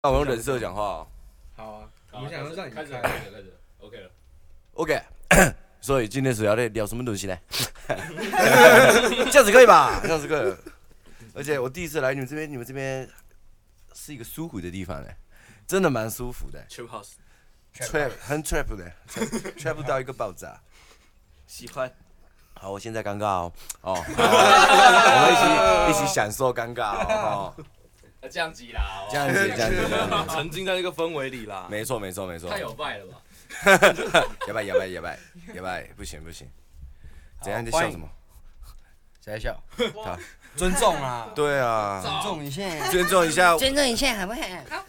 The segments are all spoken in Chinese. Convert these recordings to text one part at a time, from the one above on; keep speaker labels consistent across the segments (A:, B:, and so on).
A: 那我用人设讲话哦、
B: 好啊，我
C: 好
B: 们想要让你
C: 开始了，
B: 开
C: 开始了，开始了，OK 了。
A: OK，所以今天主要在聊什么东西呢？ 这样子可以吧？这样子可以。而且我第一次来你们这边，你们这边是一个舒服的地方呢，真的蛮舒服的
D: Trip House，
A: ，trap 很 trap 的，trap trap 到一个爆炸。
D: 喜欢。
A: 好，我现在尴尬哦， 哦，好我们一起一起享受尴尬哦，哦
C: 那这样子啦，哦
A: 这样子这样子这 样子，
D: 沉浸在那个氛围里啦。
A: 没错没错没错，
C: 太有败了吧？
A: 也拜也拜也拜也拜，不行不行，怎样在笑什么？
E: 谁在笑？
A: 他
E: 尊重啊，
A: 对啊，
E: 尊重一下，
A: 尊重一 下
E: 尊重一下好不好？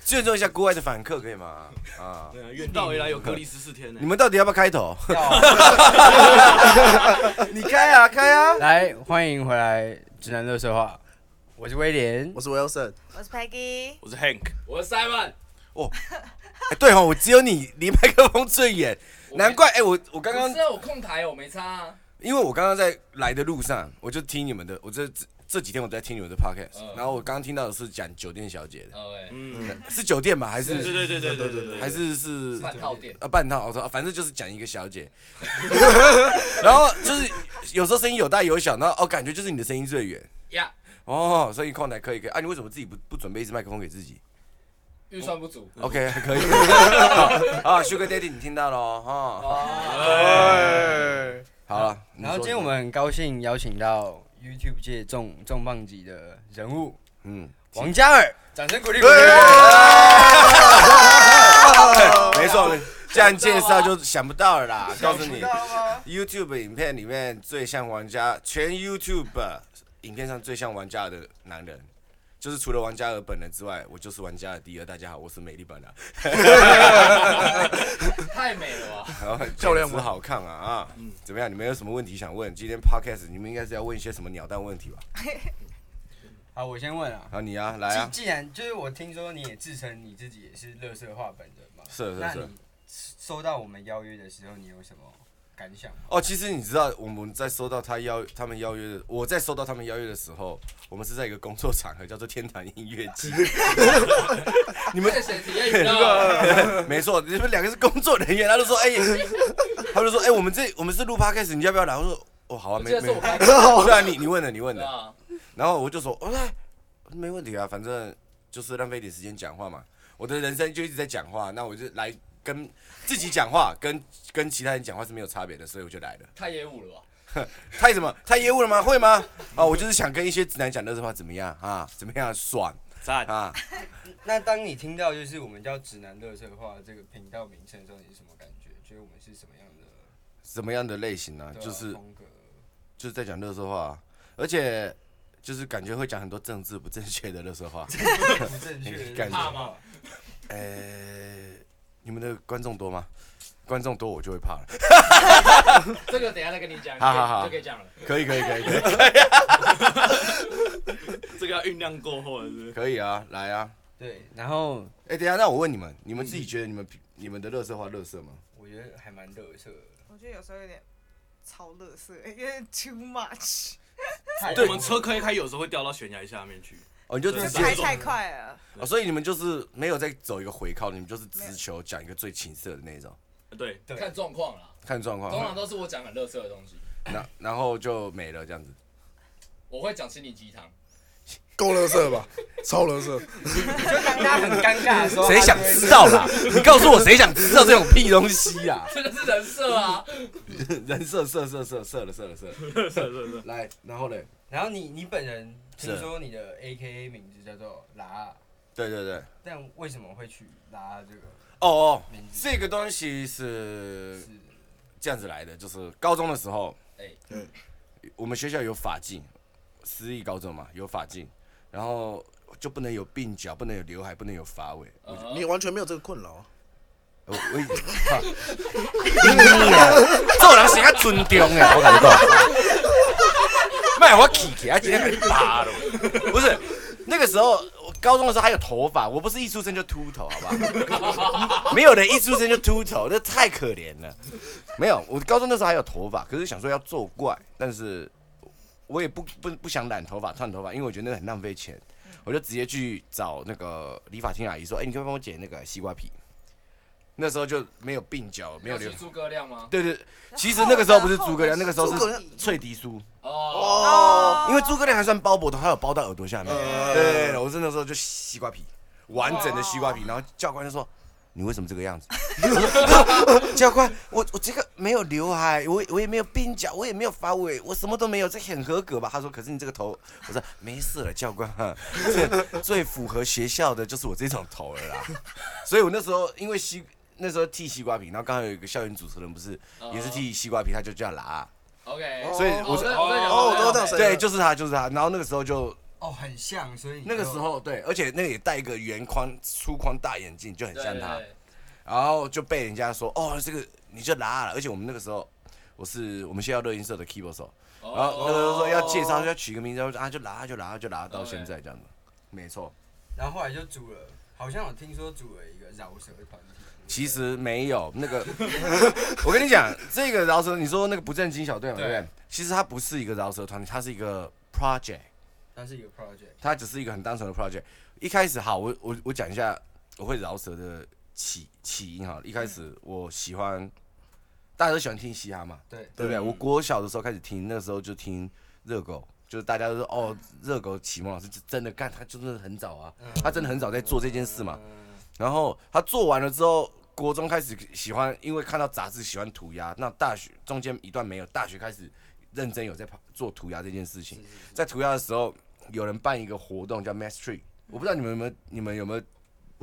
A: 尊重一下国外的访客，可以吗？啊，
D: 对啊，远道而来有隔离十四天呢
A: 你。们到底要不要开头？
E: 要 啊
A: 你开啊，开啊！
E: 来，欢迎回来《直男热色话》，我是威廉
F: 我。是 Wilson，
G: 我是 Peggy，
D: 我是 Hank，
C: 我是 Simon，
A: 哎对哦，我只有你离麦克风最远，
C: 我没啊
A: 难怪哎，我我刚
C: 我
A: 刚
C: 知，道我控台，我没差啊。
A: 因为我刚刚在来的路上，我就听你们的，我这这这几天我都在听你们的 podcast，
C: 嗯
A: 然后我刚刚听到的是讲酒店小姐的，
C: 哦哎，
D: 嗯，
A: 是酒店吧？还
D: 对对
A: 是
D: 对对对对对对，
A: 还是是
C: 半套店，
A: 啊半套？我说啊反正就是讲一个小姐， 然后就是有时候声音有大有小，然后哦感觉就是你的声音最远。
C: 呀，
A: 哦，所以矿台可以可以啊？你为什么自己不不准备一支麦克风给自己
C: 预算不足。
A: ？OK，可以。好啊，Sugar Daddy，你听到了哦。哈
E: 哎
A: 好了，你
E: 然后
A: 说
E: 今天我们很高兴邀请到 YouTube 界重重磅级的人物
A: 嗯，
E: 王嘉尔，掌声鼓励鼓励。
A: 没错，这样介绍就想不到了啦。告诉你，YouTube 影片里面最像玩家，全 YouTube 影片上最像玩家的男人。就是除了王嘉尔本人之外，我就是玩家的第二。大家好，我是美丽本人。
C: 太美了吧？
A: 然后漂亮不好看啊啊！
C: 嗯
A: 怎么样？你们有什么问题想问？今天 podcast 你们应该是要问一些什么鸟蛋问题吧？
E: 好，我先问啊，
A: 好，你啊，来啊，
E: 既既然就是我听说你也自称你自己也是热色话本人嘛，
A: 是啊是
E: 那
A: 是
E: 你。收到我们邀约的时候，你有什么感想吗？
A: 哦，其实你知道，我们在收到他邀他们邀约的，我在收到他们邀约的时候，我们是在一个工作场合，叫做天堂音乐 季。
C: 你们谁体验一个？
A: 没错，你们两个是工作人员，他就说，哎、他就说，哎、我们这我们是录 podcast，你要不要来？我说，哦，好啊，
C: 我
A: 没
C: 记得
A: 没
C: 是我
A: 有。
C: 开的
A: 对啊，你你问的，你问的。
C: 啊。
A: 然后我就说，哦，那没问题啊，反正就是浪费一点时间讲话嘛。我的人生就一直在讲话，那我就来跟自己讲话，跟跟其他人讲话是没有差别的，所以我就来了。
C: 太业务了吧？
A: 太什么？太业务了吗？会吗？啊，我就是想跟一些直男讲乐色话，怎么样啊？怎么样？爽
D: 赞。
A: 啊！
E: 那当你听到就是我们叫指南乐色话这个频道名称的时候，你是什么感觉？觉得我们是什么样的
A: 什么样的类型呢、
E: 对啊
A: 就是
E: 风格？
A: 就是在讲乐色话，而且就是感觉会讲很多政治不正确的乐色 话。
E: 不正确的
A: 感觉
E: 怕吗？
A: 呃、你们的观众多吗？观众多我就会怕了。
C: 这个等一下再跟你讲，
A: 好好好
C: 就可以讲了。
A: 可以可以可以可以。
D: 这个要酝酿过后了，是不是？
A: 可以啊，来啊！
E: 对，然后
A: 哎、等一下，那我问你们，你们自己觉得你们、你们的乐色话乐色吗？
E: 我觉得还蛮乐色的，
G: 我觉得有时候有点超乐色，有点 too much，
D: 我们车开一开，有时候会掉到悬崖下面去。
A: 哦，你就
G: 就
A: 直接
G: 开太快了。
A: 哦，所以你们就是没有在走一个回靠，你们就是直球讲一个最情色的那种，
D: 对，
E: 对
C: 看状况啦，
A: 看状
C: 通常
A: 况，
C: 都是我讲很乐色的东西，
A: 然然后就没了这样子。
C: 我会讲心理鸡汤。
F: 够乐色吧？超乐色，
E: 就当他很尴尬的时候，
A: 谁想知道啦？你告诉我，谁想知道这种屁东西呀、
C: 这个是人设啊，
A: 人设设设设设了设了设了，
D: 是是是。
A: 来，然后嘞，
E: 然后你你本人听
A: 是
E: 说你的 A K A 名字叫做拉，
A: 对对对，
E: 但为什么会取拉这个
A: 哦哦，
E: 名字？
A: 这个东西是
E: 是
A: 这样子来的，就是高中的时候，
C: 哎
F: 嗯
A: 我们学校有法禁，私立高中嘛有法禁，然后就不能有鬓角，不能有刘海，不能有发尾。
C: 嗯
F: 你完全没有这个困扰啊。
A: 我我 已经哈，你啊，做人是较尊重的， 我跟你讲，卖我气气，还今天被扒 了。不是，那个时候我高中的时候还有头发，我不是一出生就秃头，好吧？ 没有人一出生就秃头，那太可怜了。没有，我高中那时候还有头发，可是想说要做怪，但是我也不不不想染头发、烫头发，因为我觉得那个很浪费钱。我就直接去找那个理发厅阿姨说：“哎、你可不可以帮我剪那个西瓜皮？”那时候就没有鬓角，没有留
C: 是。诸葛亮吗？
A: 对对，其实那个时候不是
G: 后
A: 诸葛亮，那个时候
G: 后
A: 是
G: 期
A: 脆皮酥，
C: 哦，
F: 哦，
A: 因为诸葛亮还算包脖头，还有包到耳朵下面。
F: 嗯
A: 对对对，我是那时候就西瓜皮，完整的西瓜皮。然后教官就说：“你为什么这个样子？” 教官，我我这个没有刘海，我我也没有鬓角，我也没有发尾，我什么都没有，这很合格吧？他说：“可是你这个头。”我说：“没事了，教官，哈 这最符合学校的就是我这种头了啦。” 所以我那时候因为西那时候剃西瓜皮，然后刚好有一个校园主持人不是也是剃西瓜皮，他就叫拉，
C: OK，
A: 所以我
C: 哦
A: 是
C: 我在想
F: 哦，我都知道
C: 在
F: 谁
C: 想
F: 了。
A: 对，就是他，就是他。然后那个时候就
E: 哦，很像，所以
A: 那个时候对，而且那个也戴一个圆框粗框大眼镜，就很
C: 对
A: 像他。
C: 对对
A: 然后就被人家说哦，这个你就拉了。而且我们那个时候我是我们学校乐音社的 keyboard 手，
C: 哦
A: 然后那个时候说要介绍就要取个名字，然后就啊就拉就拉就拉到现在这样子，没错。
E: 然后后来就组了，好像我听说组了一个饶舌团体。
A: 其实没有那个， 我跟你讲，这个饶舌，你说那个不正经小队嘛，对
E: 对
A: 不对？其实它不是一个饶舌团体，它是一个 project，
E: 它是一个 project，
A: 它只是一个很单纯的 project。一开始好，我我我讲一下我会饶舌的起起因哈。一开始我喜欢，大家都喜欢听嘻哈嘛，
E: 对，
A: 对不对？我国小的时候开始听，那时候就听热狗，就是大家都说哦，热狗启蒙老师就真的干，他真的很早啊，他真的很早在做这件事嘛。然后他做完了之后，国中开始喜欢，因为看到杂志喜欢涂鸦。那大学中间一段没有，大学开始认真有在跑做涂鸦这件事情。在涂鸦的时候，有人办一个活动叫 Mass Tree，我不知道你们有没有，你们有没有，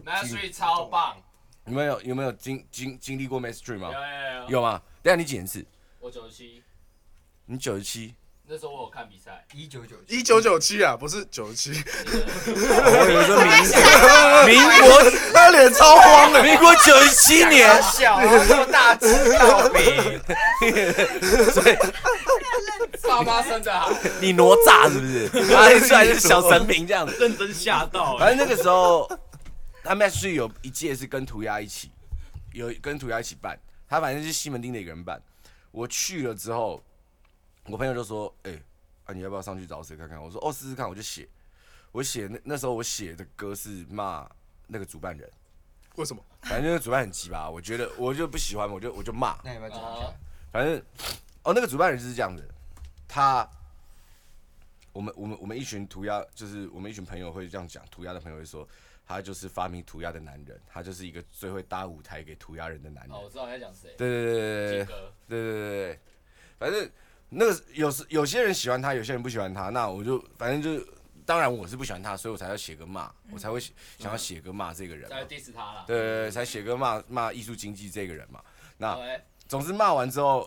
C: ，Mass Three 超棒，
A: 你们有有没有经经经历过 Mass Tree 吗
C: 有？啊有有有，
A: 有吗？等一下你几年次？
C: 我九七，
A: 你九十七，
C: 那时候我有看比赛，
E: 一九九
F: 一九九七啊，不是九七，
A: 我有说民国，民国
F: 他脸超慌的。
A: 民国九十七年，
E: 小这么大只，
C: 爸妈生的好，
A: 你哪吒是不是？他一出来就是小神明这样子。
D: 认真吓到
A: 反
D: 哎！
A: 正那个时候，他 m a t 有一届是跟涂鸦一起，有跟涂鸦一起办，他反正是西门町的一个人办。我去了之后，我朋友就说：“哎、啊你要不要上去找谁看看？”我说：“哦，试试看。”我就写，我写那那时候我写的歌是骂那个主办人，
F: 为什么？
A: 反正那个主办很鸡巴，我觉得我就不喜欢，我就我就骂。
E: 那要不要讲一下？
A: 反正哦，那个主办人就是这样子，他我们我们我们一群涂鸦，就是我们一群朋友会这样讲，涂鸦的朋友会说，他就是发明涂鸦的男人，他就是一个最会搭舞台给涂鸦人的男人
C: 哦，。我知道你在讲谁，
A: 对对对对对
C: 杰
A: 对
C: 哥，
A: 对对对对，反正那个有时有些人喜欢他，有些人不喜欢他，那我就反正就是。当然我是不喜欢他，所以我才要写个骂，我才会写想要写个骂这个人嘛
C: 在，diss 他啦，
A: 对对对，才写个骂骂艺术经济这个人嘛。那
C: 好哎，
A: 总之骂完之后，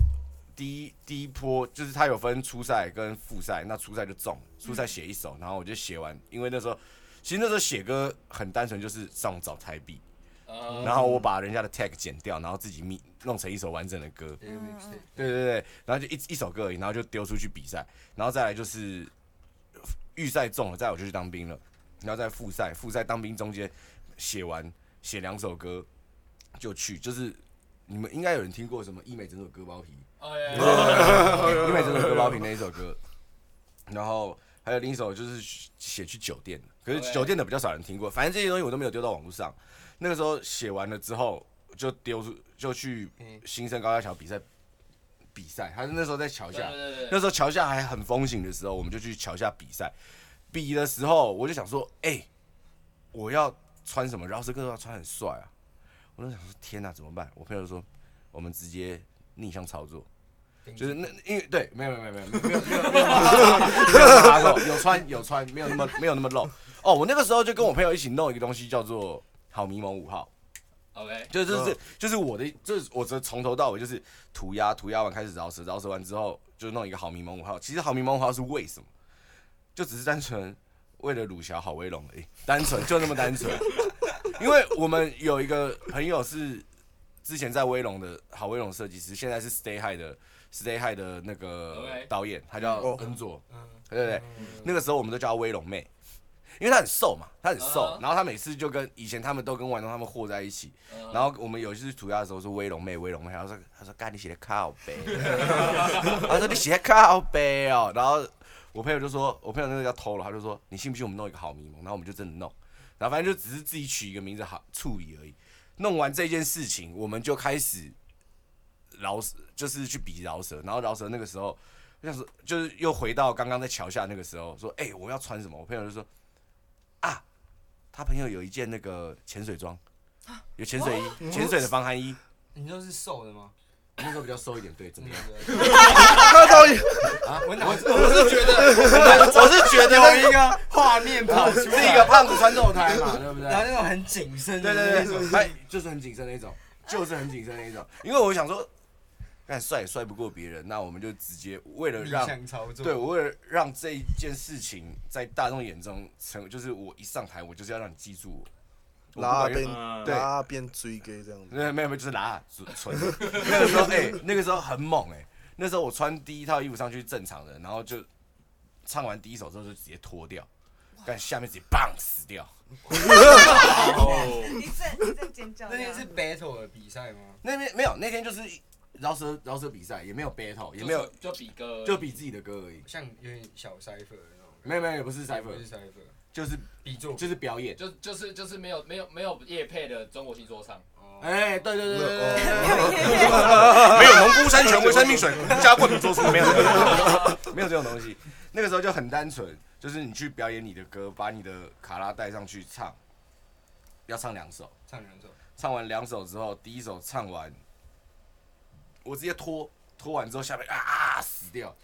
A: 第一第一波就是他有分初赛跟复赛，那初赛就中，初赛写一首，然后我就写完，因为那时候其实那时候写歌很单纯，就是上网找台币，
C: 呃，
A: 然后我把人家的 tag 剪掉，然后自己密弄成一首完整的歌，
E: 一个 mixtape，
A: 对对对，然后就一一首歌而已，然后就丢出去比赛，然后再来就是呃预赛中了，再来我就去当兵了，然后再复赛，复赛当兵中间写完写两首歌就去，就是你们应该有人听过什么医美整首歌包皮。
C: 哦有有有
A: 因为这 首歌包皮那一首歌，然后还有另一首就是写去酒店的，可是
C: OK
A: 酒店的比较少人听过，反正这些东西我都没有丢到网络上。那个时候写完了之后，就丢出就去
E: 嗯
A: 新生高架桥比赛比赛，他是那时候在桥
C: 对
A: 下，
C: 对对对
A: 那时候桥下还很风行的时候，我们就去桥下比赛。比的时候，我就想说，哎、我要穿什么？饶舌歌手要穿很帅啊！我就想说，天哪、怎么办？我朋友就说，我们直接逆向操作，就是那因为对，没有没有没有没有没有没有没有没有没有没有有穿有穿，没有那么没有那么露。哦，我那个时候就跟我朋友一起弄一个东西，叫做“好迷蒙五号”。
C: ，OK，
A: 就是就是就是我的，就是我这从头到尾就是涂鸦，涂鸦完开始饶舌，饶舌完之后就弄一个好迷蒙五号。其实好迷蒙五号是为什么？就只是单纯为了鲁小好威龙而已，单纯就那么单纯。 因为我们有一个朋友是之前在威龙的好威龙设计师，现在是 Stay High 的 Stay High 的那个
C: OK
A: 导演，他叫
F: 哦
A: 恩佐，
E: 嗯
A: 对不对？那个时候我们都叫他威龙妹，因为他很瘦嘛，他很瘦
C: 啊，
A: 然后他每次就跟以前他们都跟万东他们和在一起，然后我们有一次煮鸭的时候说威龙妹，威龙妹，他说他说干你写的靠背， 他说你写的靠背哦，然后我朋友就说，我朋友那个叫偷了，他就说你信不信我们弄一个好迷蒙，然后我们就真的弄，然后反正就只是自己取一个名字好处理而已。弄完这件事情，我们就开始饶舌就是去比饶舌，然后饶舌那个时候，就想说就是又回到刚刚在桥下那个时候，说哎、我们要穿什么？我朋友就说啊，他朋友有一件那个潜水装，有潜水衣、潜水的防寒衣，
E: 你那时候是瘦的吗？
A: 那时候比较瘦一点，对，怎么样？
F: 他到底
A: 啊，
E: 我哪我是觉得
A: 我是觉得
E: 有一个画面跑
A: 是
E: 出
A: 一
E: 来，
A: 个胖子穿肉胎嘛，对不对
E: 然？后那种很谨慎 的
A: 对
E: 那
A: 对
E: 种，
A: 对，哎，就是很谨慎那种，就是很谨慎那种。因为我想说，看帅也帅不过别人，那我们就直接为了
E: 逆
A: 让，
E: 向操作。
A: 对我为了让这一件事情在大众眼中成，就是我一上台，我就是要让你记住我。
F: 拉
A: 我不管
F: 边
A: 用
D: 呃
A: 对
F: 拉边追给这样子，
A: 对，没有没有，就是拿纯纯。 那个时候，哎、那个时候很猛哎、那时候我穿第一套衣服上去正常的，然后就唱完第一首之后就直接脱掉，但下面直接棒死掉。
D: 哦
G: 一阵一阵尖叫这
E: 那
G: 样。
E: 天是 battle 的比赛吗？
A: 那边没有，那天就是饶舌饶舌比赛，也没有 battle，也没有
C: 就比个
A: 就比自己的歌而已。
E: 像有点小 cipher 的那种感觉。
A: 没有没有，也不是
E: 不
A: cipher，
E: 是 cipher，
A: 就是
E: 比作
A: 就是表演。
C: 就就是就是没有没有没有叶配的中国新说唱，
A: 哎、对对对对
F: 哦
A: 对对
G: 没有夜夜
A: 没有农夫山泉维生命水加冠名做出，啊没有这个没有这种东西。那个时候就很单纯，就是你去表演你的歌，把你的卡拉带上去唱，要唱两首，
E: 唱人首。
A: 唱完两首之后，第一首唱完，我直接脱脱完之后，下面啊死掉。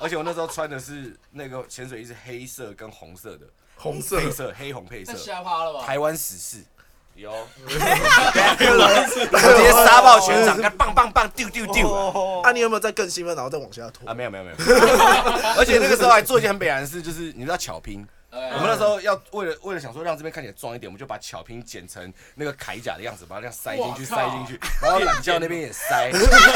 A: 而且我那时候穿的是那个潜水衣是黑色跟红色的，
F: 红色
A: 配色黑红配色
C: 那，吓趴了吧？
A: 台湾史事。 有，我直接杀爆全场，看棒棒棒，丢丢丢
F: 啊，你有没有再更兴奋，然后再往下拖
A: 啊！？没有没有没 有，而且那个时候还做一件很北然的事，就是你知道巧拼，
C: 哎
A: 我们那时候要为了为了想说让这边看起来壮一点，我们就把巧拼剪成那个铠甲的样子，把它这样塞进去
C: 哇靠
A: 塞进去，然后懒觉那边也塞，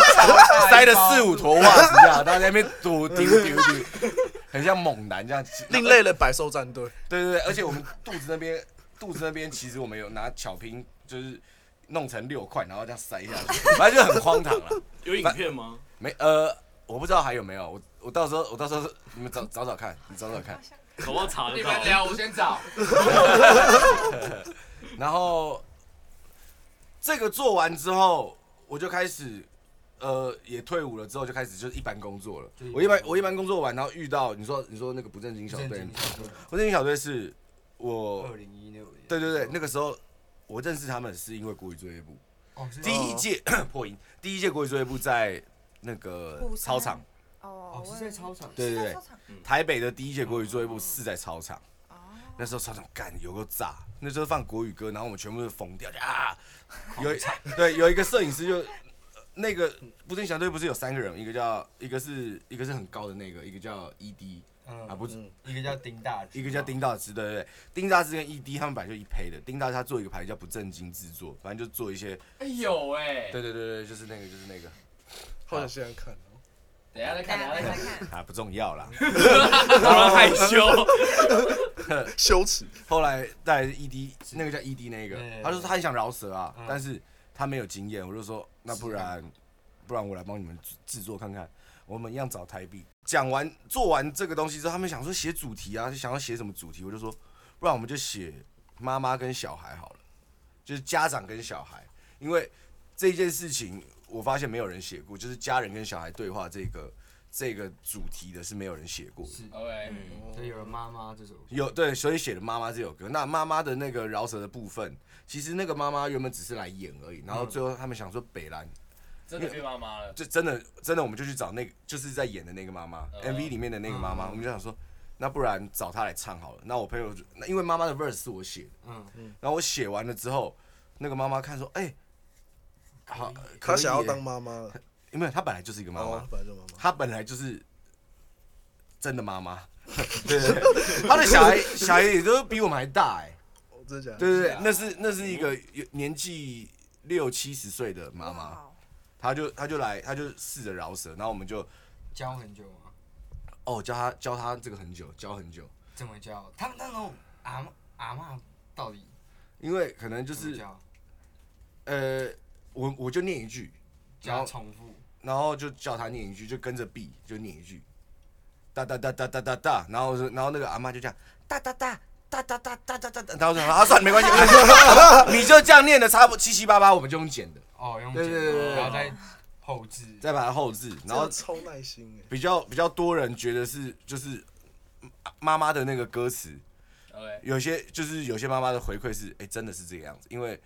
A: 塞了四五坨袜子这样，大家在那边丢丢丢丢，很像猛男这样，
F: 另类的百兽战队，
A: 对对对，而且我们肚子那边， 肚子那边其实我们有拿巧拼，就是弄成六块，然后这样塞下去，反正就很荒唐了。
D: 有影片吗？
A: 没呃，我不知道还有没有，我我到时候我到时候你们找找找看，你找找看。
D: 搞不好查得
C: 你
D: 到。
C: 们聊，我先找。
A: 然后这个做完之后，我就开始。呃，也退伍了之后就开始就是一般工作了
E: 对。
A: 我一般我一般工作完，然后遇到你说你说那个不正经小队，不正经小队是我
E: 二零一六年。
A: 对对对，那个时候我认识他们是因为国语作业部，
E: 哦是
A: 第一届、 破音，第一届国语作业部在那个
G: 釜山
A: 操场，
G: 哦
E: 哦，是在操场。
A: 对对
G: 在
A: 对
G: 操，场
A: 台北的第一届国语作业部是在操场，
G: 哦，
A: 那时候操场干有个炸，那时候放国语歌，然后我们全部都疯掉，就啊，有一对有一个摄影师就。那个不正小队不是有三个人，一个叫一个是一个是很高的那个，一个叫 ED
E: 嗯
A: 啊不是，
E: 一个叫丁大志，
A: 一个叫丁大师，对对对，丁大师跟 ED 他们本来就一配的，丁大师他做一个牌叫不正经制作，反正就做一些，
C: 哎有哎，
A: 对对对对，就是那个就是那个，
F: 好想现在看哦。
C: 等一下再看，等一
G: 来
C: 下
G: 来
C: 再看。
G: 看，
A: 啊，不重要啦。
D: 突然害羞。
F: 羞耻，
A: 后来带 ED 那个叫 ED 那个
E: 对对，对
A: 他就说他很想饶舌啊
E: 嗯，啊
A: 但是他没有经验，我就说那不然不然我来帮你们制制作看看，我们一样找台币。讲完做完这个东西之后，他们想说写主题啊，就想要写什么主题，我就说不然我们就写妈妈跟小孩好了，就是家长跟小孩，因为这件事情我发现没有人写过，就是家人跟小孩对话这个这个主题的是没有人写过的。
E: 哦是，
C: OK，
A: 嗯
E: 对，有了妈妈这首歌，
A: 有对，所以写的《妈妈》这首歌。那妈妈的那个饶舌的部分，其实那个妈妈原本只是来演而已，然后最后他们想说北兰，
C: 真的变妈妈了。
A: 就真的真的我们就去找那个就是在演的那个妈妈、
C: 嗯
A: m v 里面的那个妈妈，我们就想说，那不然找她来唱好了。那我朋友就，那因为妈妈的 verse 是我写的，
E: 嗯，
A: 然后我写完了之后，那个妈妈看说，哎、好，呃
F: 他嗯想要，
A: 可
F: 当
A: 以耶
F: 妈妈了，
A: 因为她本来就是一个妈妈
F: 哦，，本来就妈妈。
A: 她本来就是真的妈 妈，对对对，她的小孩小孩也都比我们还大哎、
F: 哦真的假哦的？
A: 对对对，那是那是一个有年纪六七十岁的妈妈，
G: 哇，
A: 她就她就来，她就试着饶舌，然后我们就
E: 教很久吗？啊
A: 哦教她教她这个很久，教很久，
E: 怎么叫？他们那种阿嬷阿嬷到底
A: 因为可能就
E: 怎么
A: 是
E: 叫？
A: 呃，我我就念一句，然
E: 加
A: 后
E: 重复，
A: 然后就叫他念一句，就跟着 B 就念一句，哒哒哒哒哒哒哒，然后是然后那个阿妈就这样哒哒哒哒哒哒哒哒哒哒，然后我说啊算了没关系， 你就这样念的差不多七七八八，我们就用剪的，
E: 哦，用
A: 对
E: 剪
A: 对对对
E: 刀然后再后置。
A: 再把它后置，然
F: 然后
A: 后
F: 超耐心哎，
A: 比较比较多人觉得是就是嗯妈妈的那个歌词，
C: OK，
A: 有些就是有些妈妈的回馈是，哎、真的是这个样子，因为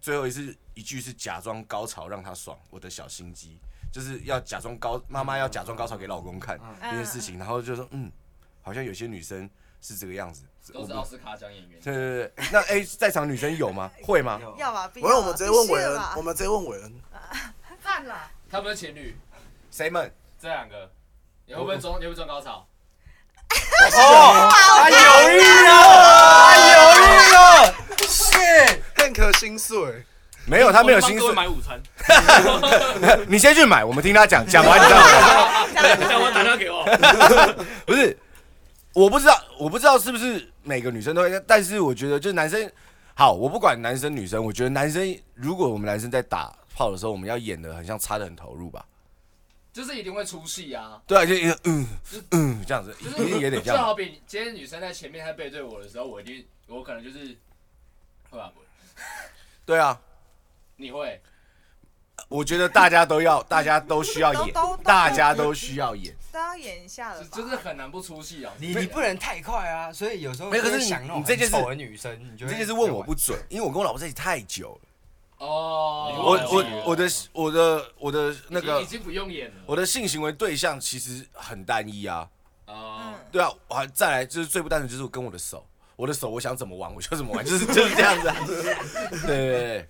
A: 最后一次一句是假装高潮让她爽，我的小心机就是要假装高，妈妈要假装高潮给老公看这件事情，然后就说，嗯，好像有些女生是这个样子，
C: 都
A: 我
C: 是
A: 不
C: 奥斯卡奖演员。
A: 对对对，那哎、在场女生有吗？会吗？
E: 有
G: 要吧？
F: 我让我们直接问伟恩，我
G: 们
F: 们直接问伟恩，
G: 赞啦！
C: 他们是情侣，
A: 谁们？
C: 这两个，你会不会装？你会不会装高潮？
A: 哦，他犹豫了，他犹豫了，shit，
F: 汉克心碎，
A: 啊没有，他没有
D: 帮
A: 心
D: 各位
A: 思，
D: 买午餐，
A: 你先去买，我们听他讲，讲完你再回来。
D: 等下我打电话 给我。
A: 不是，我不知道，我不知道是不是每个女生都会，但是我觉得就是男生，好，我不管男生女生，我觉得男生如果我们男生在打炮的时候，我们要演的很像插的很投入吧？
C: 就是一定会出戏啊，
A: 对啊，就一个嗯嗯这样子，
C: 就
A: 一定也
C: 是
A: 得这
C: 就
A: 样。
C: 好比今天女生在前面，她背对我的时候，我一定我可能就是会吧，
A: 对啊，
C: 你会
A: 我觉得大家都要，大家都需要演
G: 都都，都
A: 大家都需要演。
G: 都要演一下了
C: 就
G: 吧？
C: 就是很难不出戏啊。
E: 你你不能太快啊，所以有时候
A: 没有可是
E: 就会
A: 你
E: 想那种
A: 你这件事
E: 很丑的女生，你就
A: 这
E: 会
A: 件事问我不准，因为我跟我老婆在一起太久了。
C: 哦，
A: 我
D: 了解
A: 我我的我的我的那
C: 已
A: 个
C: 经不用演了。
A: 我的性行为对象其实很单一啊。
C: 哦，
G: 嗯
A: 对啊，我还再来就是最不单纯就是我跟我的手，我的手我想怎么玩我就怎么玩，就是就是这样子、啊。 对对对，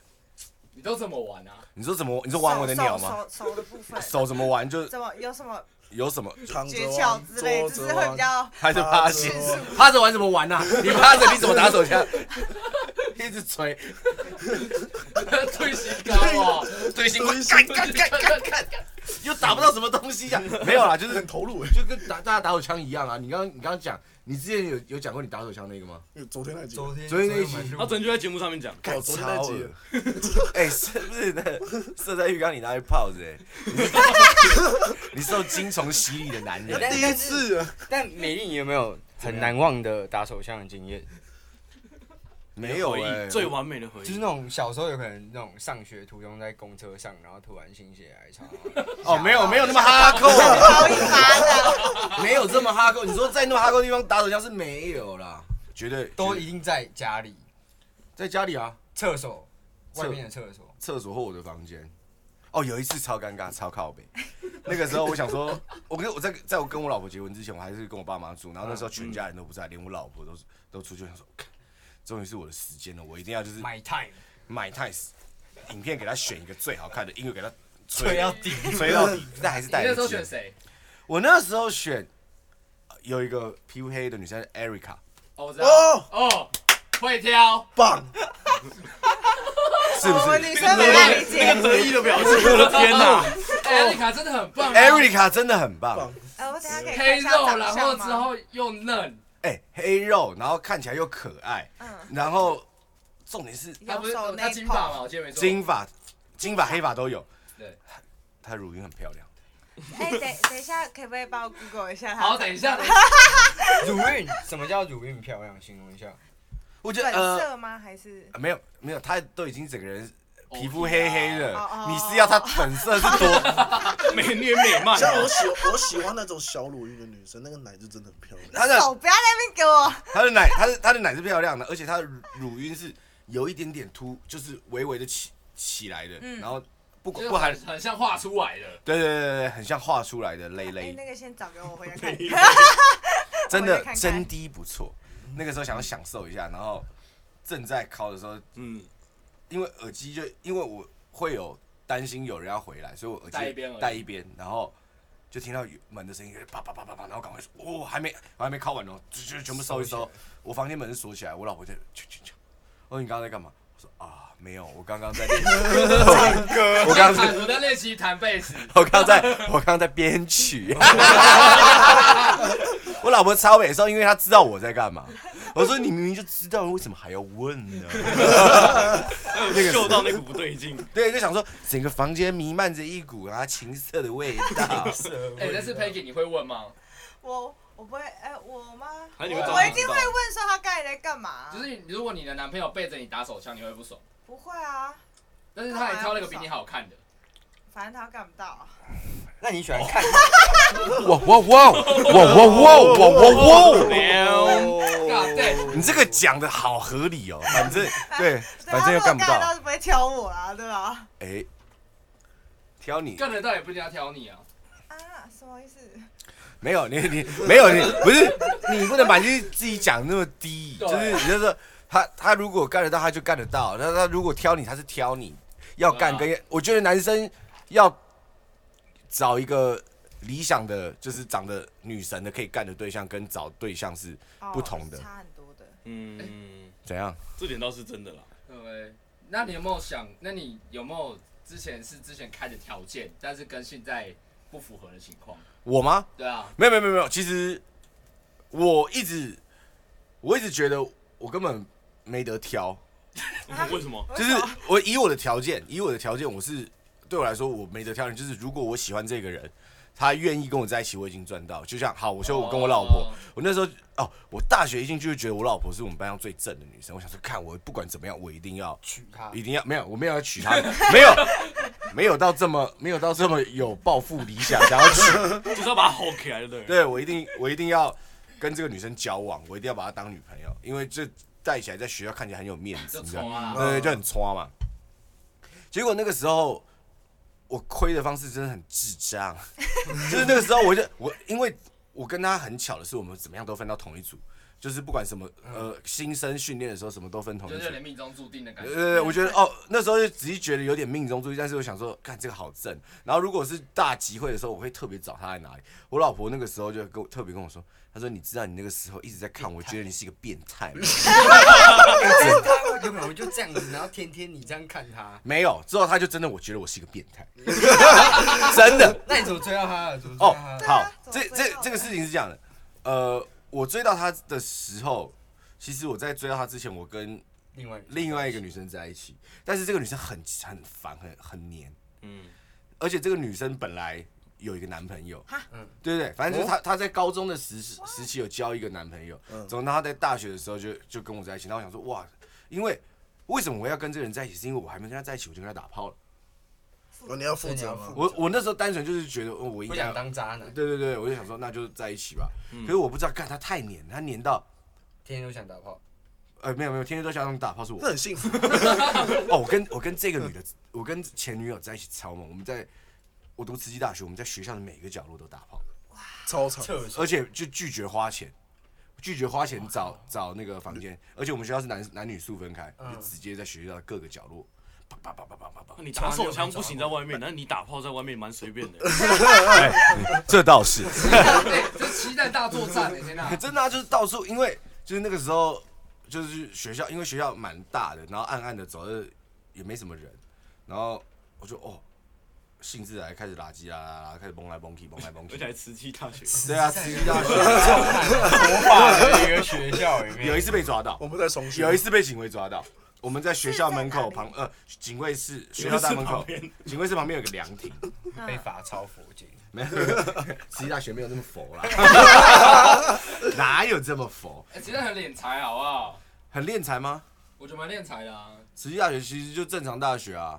C: 你都怎么 玩啊？
A: 你说怎么你说玩我的鸟吗？
G: 手手手的部分，
A: 手怎么玩就
G: 怎么有什么
A: 有什么，
F: 躺
G: 诀
F: 着
G: 窍
F: 玩，
G: 之类，
F: 坐
G: 就
F: 着
G: 是会比
F: 玩，
G: 较
A: 还是趴
F: 是
A: 着
G: 迅速。
A: 趴着玩怎么玩呐、啊？你趴着你怎么打手枪？ 一直捶，
C: 对心高哦，
A: 对心干干干干干，又打不到什么东 西呀、啊。没有啦，就是
F: 很投入哎。
A: 就跟打大家打手枪一样啊。你刚刚你刚刚讲，你之前有有讲过你打手枪那个吗？
F: 昨天那集，
E: 昨天
A: 昨天那一集
E: 我们录
D: 他昨天就在节目上面讲，
A: 干
F: 哦昨天那
A: 超
F: 集
A: 恶， 哎、是不是的？射在浴缸里拿来泡着、欸， 你是你受精虫洗礼的男人。
E: 但
F: 第一
E: 但是
F: 次啊
E: 但美丽，你有没有很难忘的打手枪的经验？
A: 没有
D: 回
A: 哎、
D: 忆最完美的回
E: 就是
D: 忆
E: 那。种小时候有可能那种上学途中在公车上，然后突然心血来潮，啊
A: 哦，没有没有那么哈扣，
G: 超一麻的，
A: 没有这么哈扣。你说在那么哈扣的地方打手枪是没有啦，绝对
E: 都
A: 绝对
E: 一定在家里
A: 在家里啊，
E: 厕所
A: 厕
E: 外面的厕所，
A: 厕所或我的房间。哦，有一次超尴尬，超靠北。那个时候我想说，我跟我在在我跟我老婆结婚之前，我还是跟我爸妈住，然后那时候全家人都不在，连我老婆都都出去，我想说，看终于是我的时间了，我一定要就是
E: My time，
A: 买 t i c 影片给他选一个最好看的，音乐给他
E: 吹到底，
A: 吹到底，但还是
C: 你
A: 带
C: 那
A: 得
C: 时候
A: 及
C: 选。谁？
A: 我那时候选呃有一个皮肤黑的女生 Erica，
C: 哦，我知道。
F: 哦，
C: 哦，会挑。
F: 棒，
A: 是不
G: 我
E: 哦
G: 们
A: 是
G: 女生没办法理
D: 那
G: 解。
D: 个得意的表情，我的天 哪！
C: 哎艾丽卡真的很棒啊。
A: ？Erica 真的很棒
F: 棒，
G: 哎，我等下可以看
C: 黑
G: 一下
C: 肉，
G: 长
C: 然后
G: 相
C: 之
G: 吗？
C: 后又嫩，
A: 哎、黑肉，然后看起来又可爱，
G: 嗯，
A: 然后重点是
C: 他不是
G: 有手
C: 他
G: 内
C: 金发
G: 泡，
C: 嘛？我记得没错。
A: 金发、金发、黑发都有。
C: 对，
A: 她乳晕很漂亮，
G: 哎，等等一下，可不可以帮我 Google 一下他？
C: 好，等一 下，等一下
E: 乳晕，什么叫乳晕漂亮？形容一下，
A: 我觉得
G: 粉
A: 呃
G: 色吗？还是
A: 没有没有，她都已经整个人
C: 哦
A: 皮肤黑黑的
G: 哦哦，
A: 你是要她粉色是多
D: 美虐美漫啊
F: 像我喜我喜欢那种小乳晕的女生，那个奶就真的很 漂亮。
A: 她的
G: 手不要在那边给我。
A: 她的奶，她的她的奶是漂亮的，而且她的乳乳晕是有一点点凸，就是微微的起起来的，
G: 嗯
A: 然后不
C: 就是
A: 不含
C: 很，很像画出来的。
A: 对对对对对，很像画出来的累
G: 哎，
A: 累，
G: 那个先找给我，我回家看。
A: 真
G: 我
A: 的
G: 也看看
A: 真的不错。那个时候想要享受一下，然后正在敲的时候，
D: 嗯，
A: 因为耳机就因为我会有担心有人要回来，所以我耳机
C: 戴一边而已
A: 戴一边，然后就听到有门的声音，叭叭叭叭叭，然后赶快说，哦，还没我还没敲完哦，就就全部收一收。我房间门是锁起来，我老婆就去去去，我说你刚刚在干嘛？我说啊，没有，我刚刚在练习唱歌，我刚刚在
C: 哎我在 练 习弹贝斯，
A: 我刚刚在我刚刚在编曲，我老婆超美少，因为她知道我在干嘛。我说你明明就知道，为什么还要问 呢？
D: 哎我嗅到那个不对劲，
A: 对，就想说整个房间弥漫着一股啊情色的味道。
C: 哎、但是 Peggy 你会问吗？
G: 我我不会，哎、我吗？
D: 啊
G: 我
D: 你会
G: 我一定会问说他刚才在干嘛
C: 就？是如果你的男朋友背着你打手枪，你会不爽，
G: 不会啊，
C: 但是他还挑了个比你好看的，
G: 反正他干不到。
E: 那你喜
A: 哦
E: 欢看？
A: 哇哇哇哇哇哇哇哇哇！
D: 哦
A: 哦
E: 啊
C: God damn
A: 你这个讲的好合理哦，反正对，
G: 对 啊
A: 反
G: 他
A: 正又
G: 如果
A: 干不
G: 干得到
A: 到。
G: 是不会挑我啦，对吧？
A: 哎，挑你
C: 干得到也不一定要挑你啊。
G: 啊，什么意思？
A: 没有你你没有你不是你不能把你自己讲那么低，
C: 对
A: 就是你就是他他如果干得到他就干得到，那他如果挑你他是挑你要干跟我觉得男生要找一个理想的就是长得女神的可以干的对象，跟找对象是
G: 哦
A: 不同的
G: 差很多的。
D: 嗯，
A: 怎样？
D: 这点倒是真的啦。
C: 对，那你有没有想？那你有没有之前是之前开的条件，但是跟现在不符合的情况？
A: 我吗？
C: 对啊，
A: 没有没有没有没有，其实我一直我一直觉得我根本没得挑，
D: 嗯为什么？
A: 就是我以我的条件，以我的条件，我是对我来说我没得挑人，就是如果我喜欢这个人，他愿意跟我在一起，我已经赚到。就像好，我说我跟我老婆，
C: 哦
A: 我那时候哦，我大学一进去就觉得我老婆是我们班上最正的女生，我想说看我不管怎么样，我一定要
E: 娶她
A: 一定要没有，我没有要娶她，没有 没有到这么没有到这么有抱负理想想要娶。
D: 就是要把它吼起来，对不对？
A: 对我一定我一定要跟这个女生交往，我一定要把她当女朋友，因为这带起来在学校看起来很有面子，
C: 就
A: 你知道
C: 冲啊
A: 对，就很抓嘛。结果那个时候我亏的方式真的很智 障，就是那个时候我就我因为我跟她很巧的是，我们怎么样都分到同一组，就是不管什么呃新生训练的时候，什么都分同一
C: 嗯就
A: 组
C: 是。有点命啊中注定的感觉。
A: 呃，我觉得哦，那时候就只是觉得有点命中注定，但是我想说，看这个好正。然后如果是大集会的时候，我会特别找他在哪里。我老婆那个时候就跟我特别跟我说，她说你知道你那个时候一直在看，我觉得你是一个变态 吗。
E: 他有没有就这样子，然后天天你这样看他？
A: 没有，之后她就真的我觉得我是一个变态， 真的。
E: 那你怎么追到他的？怎么追
A: 哦
E: 到他，的？
A: 好，
G: 怎么
A: 这
G: 追
A: 这
G: 到
A: 这个
G: 的
A: 事情是这样的，呃，我追到她的时候，其实我在追到她之前，我跟
E: 另外一个
A: 另外一个女生在一起，但是这个女生很很烦，很很黏。
D: 嗯，
A: 而且这个女生本来有一个男朋友
G: 哈，
E: 嗯
A: 对对对，反正就是
E: 哦嗯
A: 她她在高中的时时期有交一个男朋友，总之她在大学的时候就就跟我在一起，然后我想说哇，因为为什么我要跟这个人在一起，是因为我还没跟他在一起，我就跟他打炮了。
F: 哦，你要负
E: 所以你
F: 责
E: 要
F: 吗
E: 负？
A: 我我那时候单纯就是觉得，哦我应
E: 不
A: 该要
E: 想当嗯渣男，
A: 对对对，我就想说那就在一起吧。可是我不知道，干他太黏，他黏到
E: 天天都想打炮。
A: 呃没有没有，天天都想让打炮是我
F: 那很幸福，
A: 哦，我跟我跟这个女的，我跟前女友在一起超猛，我们在我读慈济大学，我们在学校的每个角落都打炮。
F: 超 长。
E: 厕所
A: 而且就拒绝花钱，拒绝花钱找找那个房间，而且我们学校是男男女宿分开，
E: 嗯
A: 就直接在学校的各个角落，叭叭叭叭叭叭叭
D: 那，啊你打手枪不行，在外面，那你打炮在外面蛮随便的。
E: 哎
A: 这倒是
C: 哎，这期待大作
E: 欸
C: 战，哎 天哪！
A: 真的、啊，就是到处，因为就是那个时候就是学校，因为学校蛮大的，然后暗暗的走，就是也没什么人，然后我就哦。兴致来开始垃圾啦啦啦，开始蹦来蹦去，蹦来蹦
D: 而
A: 去
D: 且。还慈济大学，
A: 对啊，慈济大学
E: 国法的一个学校里面，
A: 有一次被抓到，
F: 我们在重新
A: 有一次被警卫抓到，我们在学校门口旁呃警卫室学校大门口
D: 警卫室旁，
A: 警卫室旁边有个凉亭，
E: 被罚抄佛经，
A: 没有，慈济大学没有那么佛啦， 哪有这么佛？
C: 哎，其实很敛财，好不好？
A: 很敛财吗？
C: 我觉得蛮敛财的啊。
A: 慈济大学其实就正常大学啊，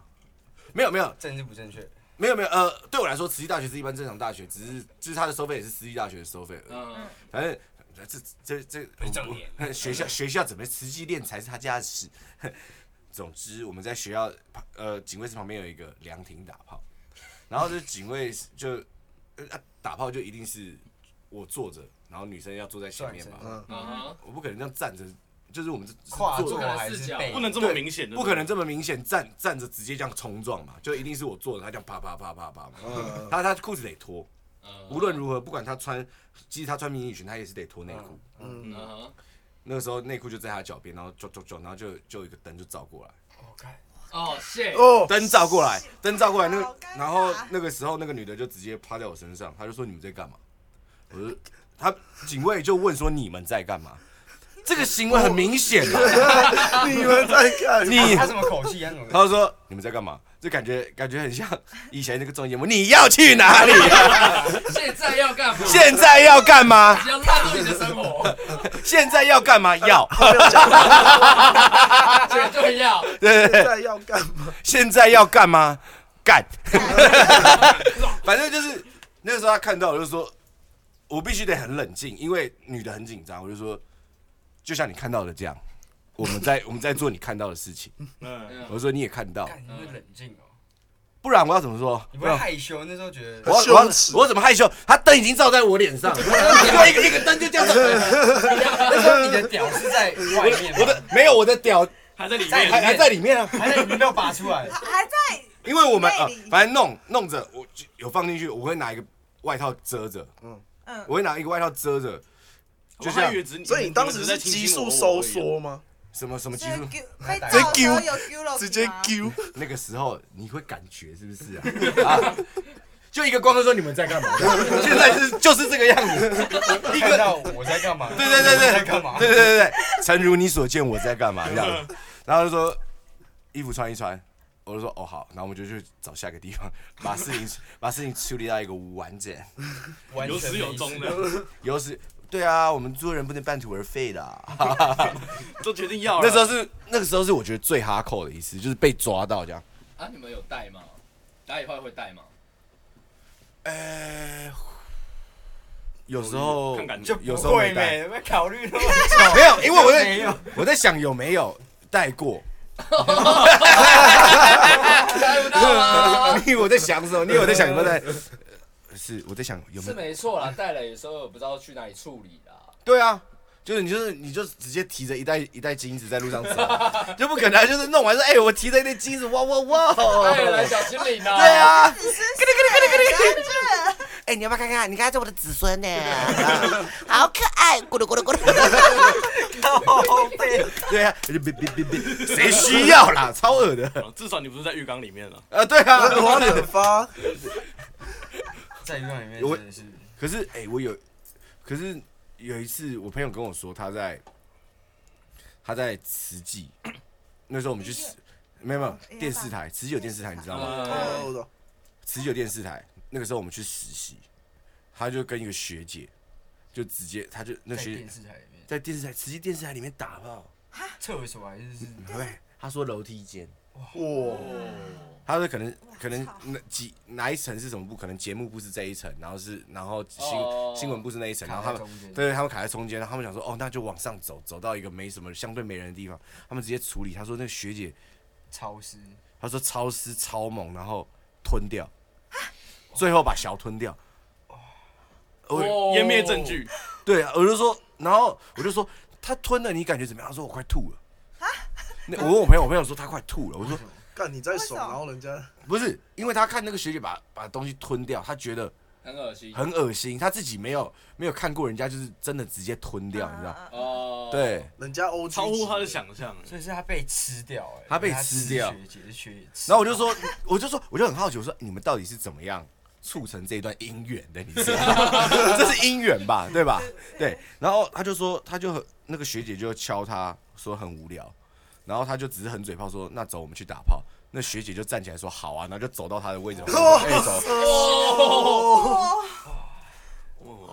A: 没有没有
E: 政治不正确。
A: 没有没有呃，对我来说慈济大学是一般正常大学，只是就是它的收费也是私立大学的收费而已，
C: 嗯，
A: 反正。这这这
E: 被正脸
A: 我学校学校怎么慈济练才是他家的事。 总之，我们在学校呃警卫室旁边有一个凉亭打炮，然后就警卫就呃啊打炮就一定是我坐着，然后女生要坐在前面嘛，
E: 转
F: 嗯，
C: 嗯哼，
A: 我不可能这样站着，就是我们是
E: 跨
A: 坐
E: 坐
A: 着
E: 还是背
D: 不？能这么明显的，
A: 不可能这么明显站站着直接这样冲撞嘛，就一定是我坐着，他这样啪啪啪啪啪嘛，
F: 嗯
A: 他他裤子得脱，
C: 嗯
A: 无论如何，不管他穿，即使他穿迷你裙，他也是得脱内裤。
C: 嗯哼，
A: 那个时候内裤就在他脚边，然后就就就，然后就就有一个灯就照过来，
E: 我看
C: 哦，谢。
F: 哦，
A: 灯照过 来，灯照过来，那
G: 好
A: 个
G: 尴尬
A: 然后那个时候那个女的就直接趴在我身上，她就说你们在干嘛？我就他警卫就问说你们在干嘛？ 这个行为很明显嘛，
F: 你们在干
A: 你
E: 他什么口气？他 什么口气？
A: 他就说你们在干嘛？这感觉感觉很像以前那个综艺节目，你要去哪里、啊？
C: 现在要干嘛？
A: 现在要干嘛？
C: 要浪费你的生 活，
A: 现在要干嘛？要，
C: 绝对要
A: 对对
F: 现
A: 对，
F: 在要干嘛？
A: 现在要干嘛？干，反正就是那个时候他看到我就说，我必须得很冷静，因为女的很紧张，我就说，就像你看到的这样，我们在我们在做你看到的事情，
D: 嗯，
A: 我说你也看到，
E: 干你会冷静
A: 嗯
E: 哦，
A: 不然我要怎么说？
E: 你不会害羞？那时候觉得
A: 我要我要
F: 羞耻
A: 我怎么害羞？他灯已经照在我脸上，一个一个灯就这样照，
E: 那时候你的屌是在外面哎吗，
A: 我的没有我的屌
D: 还在里
E: 在
D: 面，
A: 还还在里面啊。
E: 还在里面没有拔 出来。
G: 还在
A: 因为我们啊
G: 内里，
A: 反正弄弄着，我就有放进去，我会拿一个外套遮着，
G: 嗯，
A: 我会拿一个外套遮着，就
D: 我
A: 像
D: 还以为只是
F: 所以你当时是
D: 在亲亲
F: 急速
D: 我
F: 收，缩吗？
A: 什么什么
G: 这
A: 技 术，
G: 丢被打的时候有丢了
F: 直接丢，
A: 那个时候你会感觉是不是啊？啊就一个光头说你们在干嘛？现在是就是这个样 子，一
E: 看
A: 个
E: 到我在干嘛？
A: 对对对对
E: 我在干嘛？
A: 对对对对，诚如你所见，我在干嘛这 样子？然后就说衣服穿一穿，我就说哦好，然后我们就去找下一个地方， 把事情把事情处理到一个完整。
E: 完全
D: 有
E: 没
D: 始有终的，
A: 有时对啊，我们做人不能半途而废的啊、
D: 都啊决定要 了。
A: 那时候是那个时候是我觉得最哈扣的一次，就是被抓到这样。
C: 啊！你们有带吗？打野会会带吗？
A: 呃，有时候
D: 看感觉
E: 就
A: 有
E: 不
A: 时候
E: 会
A: 没带，
E: 没没考虑那么
A: 没有，因为我
E: 没有
A: 在我在想有没有带 过。
C: 带不到吗？
A: 你以为我在想什么？你以为我在想有没有带？是我在想有没
C: 是
A: 有？
C: 没错啦，带了有时候也不知道去哪里处理啦。
A: 对啊。就是你就是你就直接提着一袋一袋金子在路上走， 就不可能就是弄完说哎、我提着一袋金子哇哇哇！
C: 带了来小精灵啊！
A: 哦对，啊，
G: 只是咯咯咯咯咯咯。
B: 哎、你要不要看看？你看，这是我的子 孙呢，好可爱，咕噜咕噜咕噜。
E: 高背，
A: 对啊，别别别别，谁需要啦？超恶的。
D: 哦至少你不是在浴缸里面了。
A: 啊，对啊，
F: 我的发，
E: 在浴缸里面
A: 我
E: 真的是
A: 可是哎、我有，可是有一次我朋友跟我说他在他在慈济，那时候我们去慈，哎没有没有电视台，慈济有电视台，你知道吗？
G: 嗯
D: 呃
F: 哦我懂
A: 慈济有电视台，那个时候我们去实习，他就跟一个学姐，就直接他就那
E: 在
A: 学姐
E: 电视台里面，
A: 在电视台慈济电视台里面打炮，
E: 厕所还是是
A: 对，他说楼梯间。
F: 哇，
A: 他说可能可能那几哪一层是什么部？可能节目部是这一层，然后是然后新、
C: 哦
A: 新闻部是那一层，然后他
E: 卡在
A: 们
E: 中间
A: 对他们卡在中间，然后他们想说哦，那就往上走，走到一个没什么相对没人的地方，他们直接处理。他说那个学姐，
E: 潮湿，
A: 他说超湿超猛，然后吞掉，最后把小吞掉。我
C: 哦
D: 湮灭证。据，
A: 对，我就说，然后我就说他吞了，你感觉怎么样？他说我快吐了。那我问我朋友，我朋友说他快吐了。我说
F: 干你在手，
G: 为什么
F: 然后人家
A: 不是，因为他看那个学姐把把东西吞掉，他觉得。
C: 很恶心。
A: 很恶心，他自己没有没有看过人家就是真的直接吞
G: 啊
A: 掉，你知道？
C: 哦，，
A: 对，
F: 人家欧
D: 超乎他的，想象。
E: 所以是他被吃掉哎，
A: 他被吃掉
E: 因为他是学姐是学姐吃
A: 然后我就说，我就说，我就很好奇，我说你们到底是怎么样促成这一段姻缘的？你知道吗， 这是姻缘吧，对吧？对。然后他就说，他就很那个学姐就敲他说很无聊，然后他就只是很嘴炮说，那走，我们去打炮。那学姐就站起来说好啊，然后就走到他的位置旁边说，哎、走。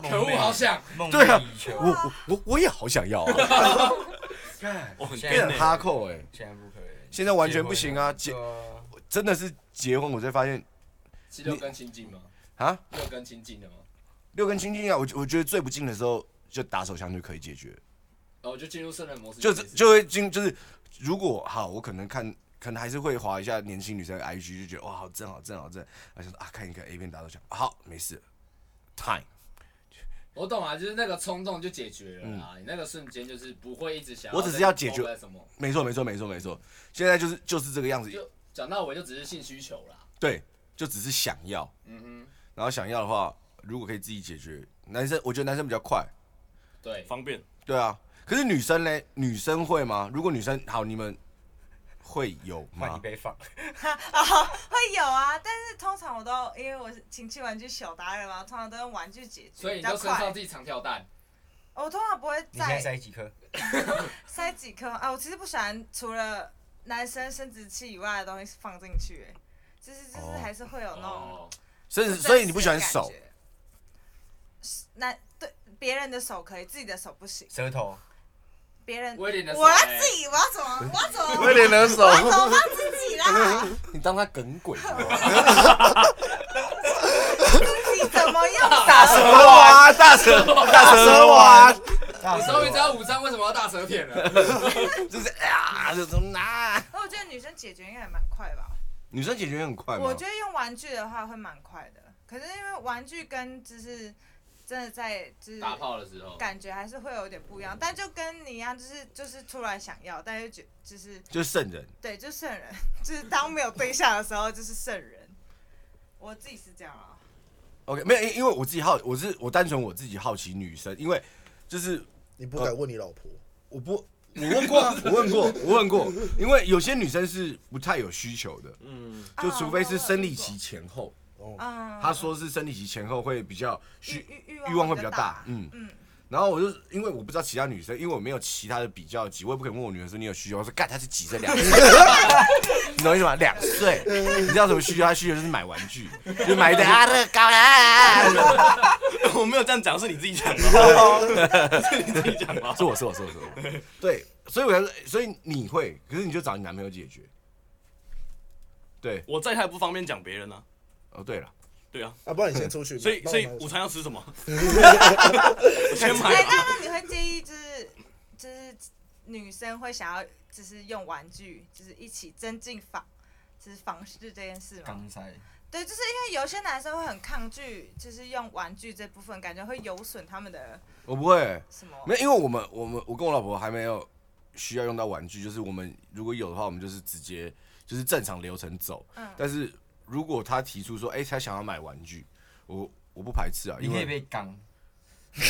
C: 可
A: 欸
C: 恶，好想。
E: 梦
A: 对啊
E: 寐以求，
A: 我我我我也好想要啊，
E: 干
D: 欸我很
E: 现
A: 变
E: 在
A: 得很哈扣哎、
E: 现在不可以，
A: 现在完全不行啊，结
E: 对啊
A: 真的是结婚我才发现
C: 七六跟亲近吗？
A: 啊。
C: 六跟亲近的吗？
A: 六根清净啊，我觉我觉得最不近的时候就打手枪就可以解决，
C: 然哦后就进入圣人模式，
A: 就是就会进就是如果好，我可能看可能还是会划一下年轻女生的 IG，就觉得哇好正好正好正，而且啊看一个 A 片打手枪，好没事，time
C: 我懂啊，就是那个冲动就解决了啦，你那个瞬间就是不会一直想。
A: 嗯我只是要解决
C: 什么？
A: 没错没错没错没错，现在就是就是这个样子，
C: 就讲到尾就只是性需求啦。
A: 对，就只是想要，
C: 嗯
A: 然后想要的话，如果可以自己解决，男生我觉得男生比较快，
C: 哼，对，
D: 方便，
A: 对啊，可是女生嘞，女生会吗？如果女生好，你们会有
E: 换你
A: 吗？
E: 被放。
G: 哦，会有啊，但是通常我都因为我是情趣玩具小达人嘛，通常都用玩具解决，
C: 所以
G: 比
C: 你
G: 较
C: 就身上
G: 快。
C: 自己藏跳蛋，
G: 我通常不会
E: 你现在
G: 再
E: 塞几颗？
G: 塞几颗啊，我其实不喜欢除了男生生殖器以外的东西放进去、哎，就是就是
A: 哦
G: 还是会有那种
C: 哦，
A: 所
G: 不
A: 以
G: 真实的感觉、
A: 所以你不喜欢手，
G: 是？男对别人的手可以，自己的手不行。
E: 舌头？
G: 别人
C: 威廉的手
G: 我要
C: 欸
G: 自己，我要怎 么，我要怎么，
F: 威廉能手
G: 我要怎么放自己啦？
A: 你当他梗鬼吗？
G: 自己怎么用
A: 大
G: 手？
A: 蛇丸，大 蛇大蛇丸，
E: 大
C: 你
E: 舌
C: 终于知
E: 头
C: 道五张为什么要大舌舔 了。
A: 就是啊，就从哪？
G: 那我觉得女生解决应该也蛮快吧。
A: 女生解决很快吗？
G: 我觉得用玩具的话会蛮快的，可是因为玩具跟就是真的在就是
C: 打炮的时候，
G: 感觉还是会有点不一样，但就跟你一样，就是就是突然想要，但是觉就是
A: 就是圣人，
G: 对，就是圣人， 就是当没有对象的时候就是圣人。我自己是这样啊，
A: OK，没有，因因为我自己好，我是我单纯我自己好奇女生，因为就是
F: 你不敢问你老婆，
A: 我不我问 过啊，我问过，我问过，因为有些女生是不太有需求的，
D: 嗯，
A: 就
G: 啊
A: 除非是生理，
G: 我有
A: 期前后，
G: 嗯，
A: 她说哦是生理期前后会比较需
G: 欲欲
A: 欲望会比较大，嗯。
G: 嗯，
A: 然后我就因为我不知道其他女生，因为我没有其他的比较级，我也不可能问我女儿说你有需求，我说干她是几岁 两岁，你懂我意思吗？两岁，你知道什么需求？她需求就是买玩具，就买一堆啊
B: 啊，乐高啦！
D: 我没有这样讲，是你自己讲的 哦，是你自己讲的哦。
A: 是我是我是我是我， 对，所以我才说，所以你会，可是你就找你男朋友解决。对，
D: 我在他也不方便讲别人啊。
A: 哦对了，
D: 对啊，
F: 啊，不然你先出去。
D: 所以
F: 帮
D: 所
F: 我
D: 以
F: 拿一下
D: 午餐要吃什 么？我先买
G: 哎，
D: 吧。
G: 那那你会介意就是就是女生会想要就是用玩具就是一起增进房就是房事这件事吗？
E: 刚塞。
G: 对，就是因为有些男生会很抗拒，就是用玩具这部分，感觉会有损他们的
A: 我不会、
G: 什么？
A: 没有，因为我们我们我跟我老婆还没有需要用到玩具，就是我们如果有的话，我们就是直接就是正常流程走。
G: 嗯
A: 但是如果他提出说，哎、他想要买玩具，我我不排斥啊，
E: 你
A: 因
E: 可以
A: 为
E: 被刚，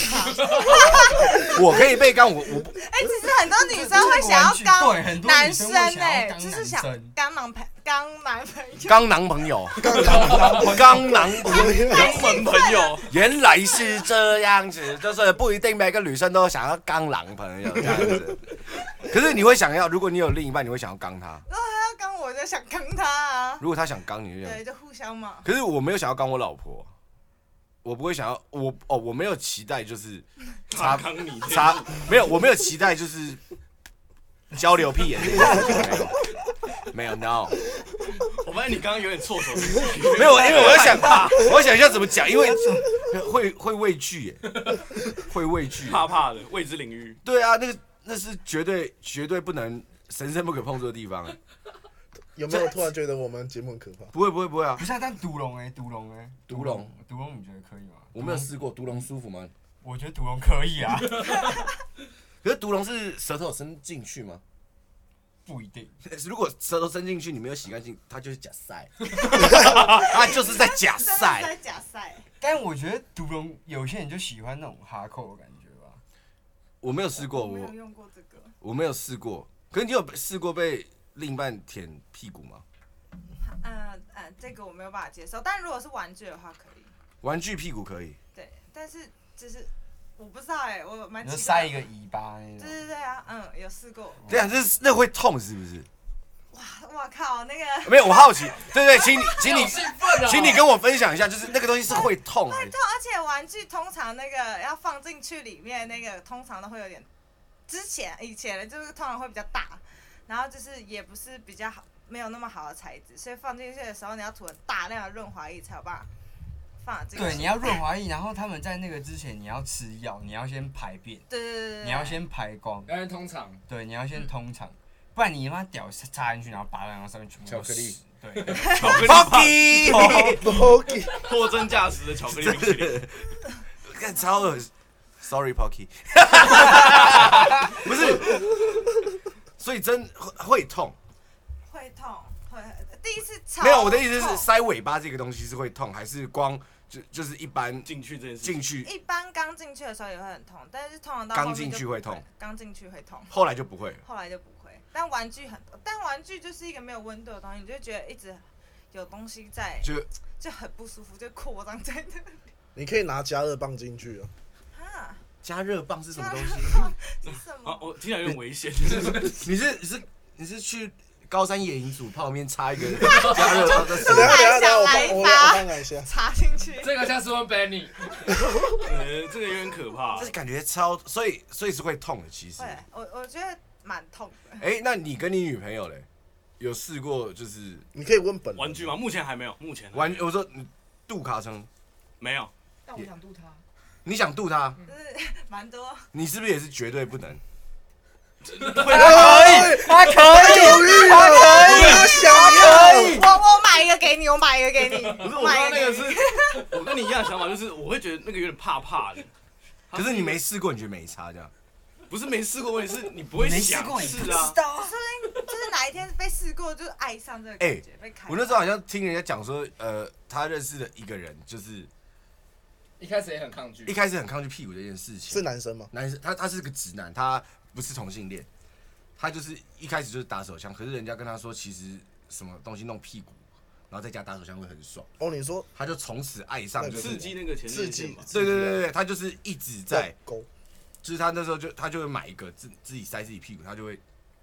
A: 我可以被干，我我不
G: 哎、其
E: 呃
G: 实很多女生会想要
E: 对
G: 刚
E: 很多
G: 男
E: 女生
G: 生
E: 会想要
G: 哎、
E: 当
G: 就是
E: 男
G: 想
E: 生
G: 刚男朋刚男朋友。
A: 刚男朋友，刚男朋友，
D: 肛门朋友，
A: 原来是这样子，就是不一定每个女生都想要刚男朋友这样子。可是你会想要，如果你有另一半，你会想要刚他；
G: 如果他要刚我，就想刚他啊。
A: 如果他想刚你，就想
G: 对，就互相嘛。
A: 可是我没有想要刚我老婆，我不会想要我哦，我没有期待就是
D: 他刚你这样，
A: 差 没有，我没有期待就是交流屁眼这件事情，没有，没有 no，
D: 我发现你刚刚有点措手不及。
A: 没有，因为我要想，我要想一下怎么讲，因为会会畏惧耶，会畏惧耶，
D: 怕怕的未知 领域，
A: 对啊，那个那是绝对绝对不能神圣不可碰触的地方耶，
F: 有没有突然觉得我们节目很可 怕？
A: 不会不会不会啊
E: 不，是啊，但独龙哎，独龙哎，
A: 独龙，
E: 独龙你觉得可以吗？
A: 我没有试过毒龙舒服吗？
E: 我觉得独龙可以啊，
A: 可是毒龙是舌头有伸进去吗？
E: 不一定。
A: 如果舌头伸进去，你没有洗干净，它就是假塞，它就是在假
G: 真的是
A: 塞。
G: 在假赛，
E: 但我觉得独龙有些人就喜欢那种哈扣的感觉吧。
A: 我没有试
E: 哦
A: 过，
G: 我没有
A: 我
G: 用过这个。
A: 我没有试过。可是你有试过被另一半舔屁股吗？
G: 嗯、呃、嗯、这个我没有办法接受。但如果是玩具的话，可以。
A: 玩具屁股可以，
G: 对，但是就是我不知道哎、我蛮
E: 你
G: 期
E: 就
G: 待的
E: 塞一个。尾巴那
G: 对
E: 种，
G: 对对啊，嗯，有试过。
A: 对啊，这是那会痛是不是？
G: 我靠，那个。
A: 没有，我好奇。对对，请你，请你
C: 好，兴奋啊！
A: 请你跟我分享一下，就是那个东西是会痛的。
G: 对，而且玩具通常那个要放进去里面，那个通常都会有点，之前以前的就是通常会比较大，然后就是也不是比较好，没有那么好的材质，所以放进去的时候你要涂很大量的润滑液才有办法放得进去。
E: 对，你要润滑液，然后他们在那个之前你要吃药，你要先排便，
G: 对对对对，
E: 你要先排光，
C: 男人通常
E: 对，你要先通肠，不然你他妈屌插进去，然后拔了，然后上面全部
A: 巧
E: 都是
A: 克力，
E: 对，
D: 巧克力
A: Fucky，
F: OK，
D: 货真价实的巧克力冰淇淋，
A: 看超恶心。Sorry, Pocky。不是，所以真会会痛。
G: 会痛，会第一次超
A: 没有，我的意思是
G: 痛
A: 塞尾巴这个东西是会痛，还是光就就是一般
D: 进去这件事情
A: 进，去
G: 呃一般刚进去的时候也会很痛，但是通常到
A: 刚
G: 后面
A: 进
G: 就
A: 去
G: 不
A: 会痛，
G: 刚进去会痛，
A: 后来就不会了？
G: 后来就不会。但玩具很多，但玩具就是一个没有温度的东西，你就觉得一直有东西在，
F: 就
G: 就很不舒服，就扩张在 那里。
F: 你可以拿加热棒进 去啊。
G: 哈，
A: 加热棒是什么东西？
G: 是什
A: 哦
D: 啊，
G: 么？
D: 我听起来有点危险。
A: 你 是你是你是去高山野营煮泡面插一个加热棒在手
F: 等
A: 里
G: 来
F: 一下等一下等一下，
G: 想
F: 我
G: 来
F: 帮我
G: 吧
F: 帮我帮一下。
G: 插进去，
C: 这个像是问 Benny，
D: 呃，这个有点可怕
A: 这。感觉超，所以所以是会痛的。其实，
G: 会
A: 哎、，
G: 我我觉得蛮痛的。
A: 那你跟你女朋友嘞，有试过就是
F: 你可以问本人
D: 玩具吗？目前还没有，目前还没有
A: 玩？我说你杜卡成，
D: 没有。
H: 但我想渡他，
A: 你想渡他，
G: 就是蛮多，
A: 你是不是也是绝对不能？
I: 他可
F: 哎
I: 以，他可以，
F: 他哎想要
A: 哎
G: 我我买一个给你，我买一个 给你，
D: 不
A: 啊
G: 我
D: 是，我刚
G: 买
D: 刚
G: 一
D: 那个
G: 给你。
D: 是，我跟你一样的想法，就是我会觉得那个有点怕怕的。
A: 可是你没试过，你觉得没差这样？
D: 不是没试过，问题是你不会想试啊。
H: 道。
G: 就是哪一天被试过，就是爱上这个感觉，被开。
A: 哎我那时候好像听人家讲说，呃，他认识的一个人，就是
C: 一开始也很抗拒
A: 一。开始很抗拒屁股这件事情，
F: 是男生吗？
A: 男生，他他是个直男，他不是同性恋，他就是一开始就是打手枪，可是人家跟他说，其实什么东西弄屁股，然后在家打手枪会很爽，
F: 哦，你说
A: 他就从此爱上就是
D: 刺激那个前列
F: 刺
D: 腺
F: 激
D: 嘛？，
A: 对对对对对，他就是一直在，
F: 勾，
A: 就是他那时候就他就会买一个自自己塞自己屁股，他就会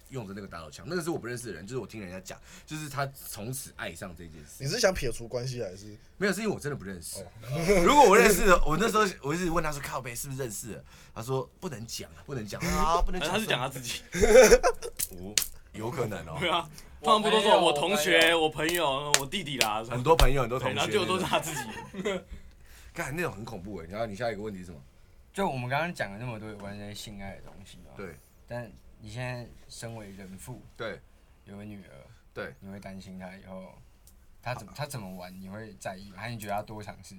A: 用着那个打手枪，那个是我不认识的人，就是我听人家讲，就是他从此爱上这件
F: 你
A: 事，
F: 是想撇除关系还是？
A: 没有是因为我真的不认
D: 哦
A: 识，如果我认识的，我那时候我一直问他说靠背是不是认识的，他说不能讲啊，不能讲 啊，不能
D: 反正
A: 讲，
D: 他是讲他自己，
A: 哦，有可能哦。哦哎
D: 对啊。通常不都
C: 我
D: 说
C: 没有
D: 我同
C: 我没
D: 学、我朋友、我弟弟啦，
A: 很多朋友，很多同
D: 对，
A: 学，
D: 然后就都是
A: 那种
D: 他自己。
A: 干那种很恐怖哎。然后你下一个问题是什么？
E: 就我们刚刚讲了那么多有关这些性爱的东西
D: 啊
E: 嘛，
A: 对。
E: 但你现在身为人父，
A: 对
E: 有个女儿，
A: 对，
E: 你会担心她以后她怎么她怎么玩，你会在意吗？还是你觉得她多尝试？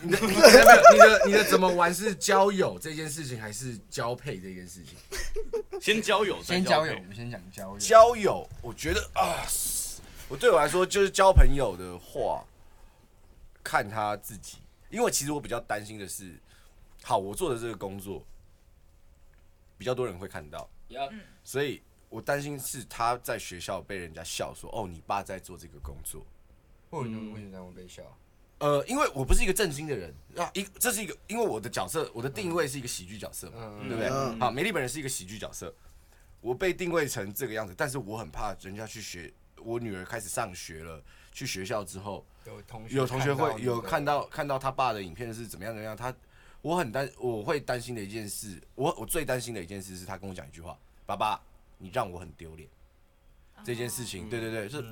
A: 你的你的你的你的怎么玩是交友这件事情，还是交配这件事情？
D: 先交友，再
E: 先交友，
D: 配
E: 我们先讲交友。
A: 交友，我觉得啊，我对我来说就是交朋友的话，看他自己，因为其实我比较担心的是，好，我做的这个工作比较多人会看到，
C: 也要
A: 所以我担心是他在学校被人家笑说，哦，你爸在做这个工作。
E: 或
A: 嗯
E: 者为什么会被笑？
A: 呃，因为我不是一个正经的人啊，一这是一个，因为我的角色，我的定位是一个喜剧角色嘛，
E: 嗯
A: 对不对？
F: 嗯
A: 好，美丽本人是一个喜剧角色，我被定位成这个样子，但是我很怕人家去学，我女儿开始上学了，去学校之后，
E: 有同学
A: 有同学
E: 到
A: 会
E: 你
A: 有
E: 的
A: 看到看到他爸的影片是怎么样怎么样，他我很担，我会担心的一件事，我我最担心的一件事是他跟我讲一句话：“爸爸，你让我很丢脸。”这件事
E: 嗯
A: 情，对对对，就是、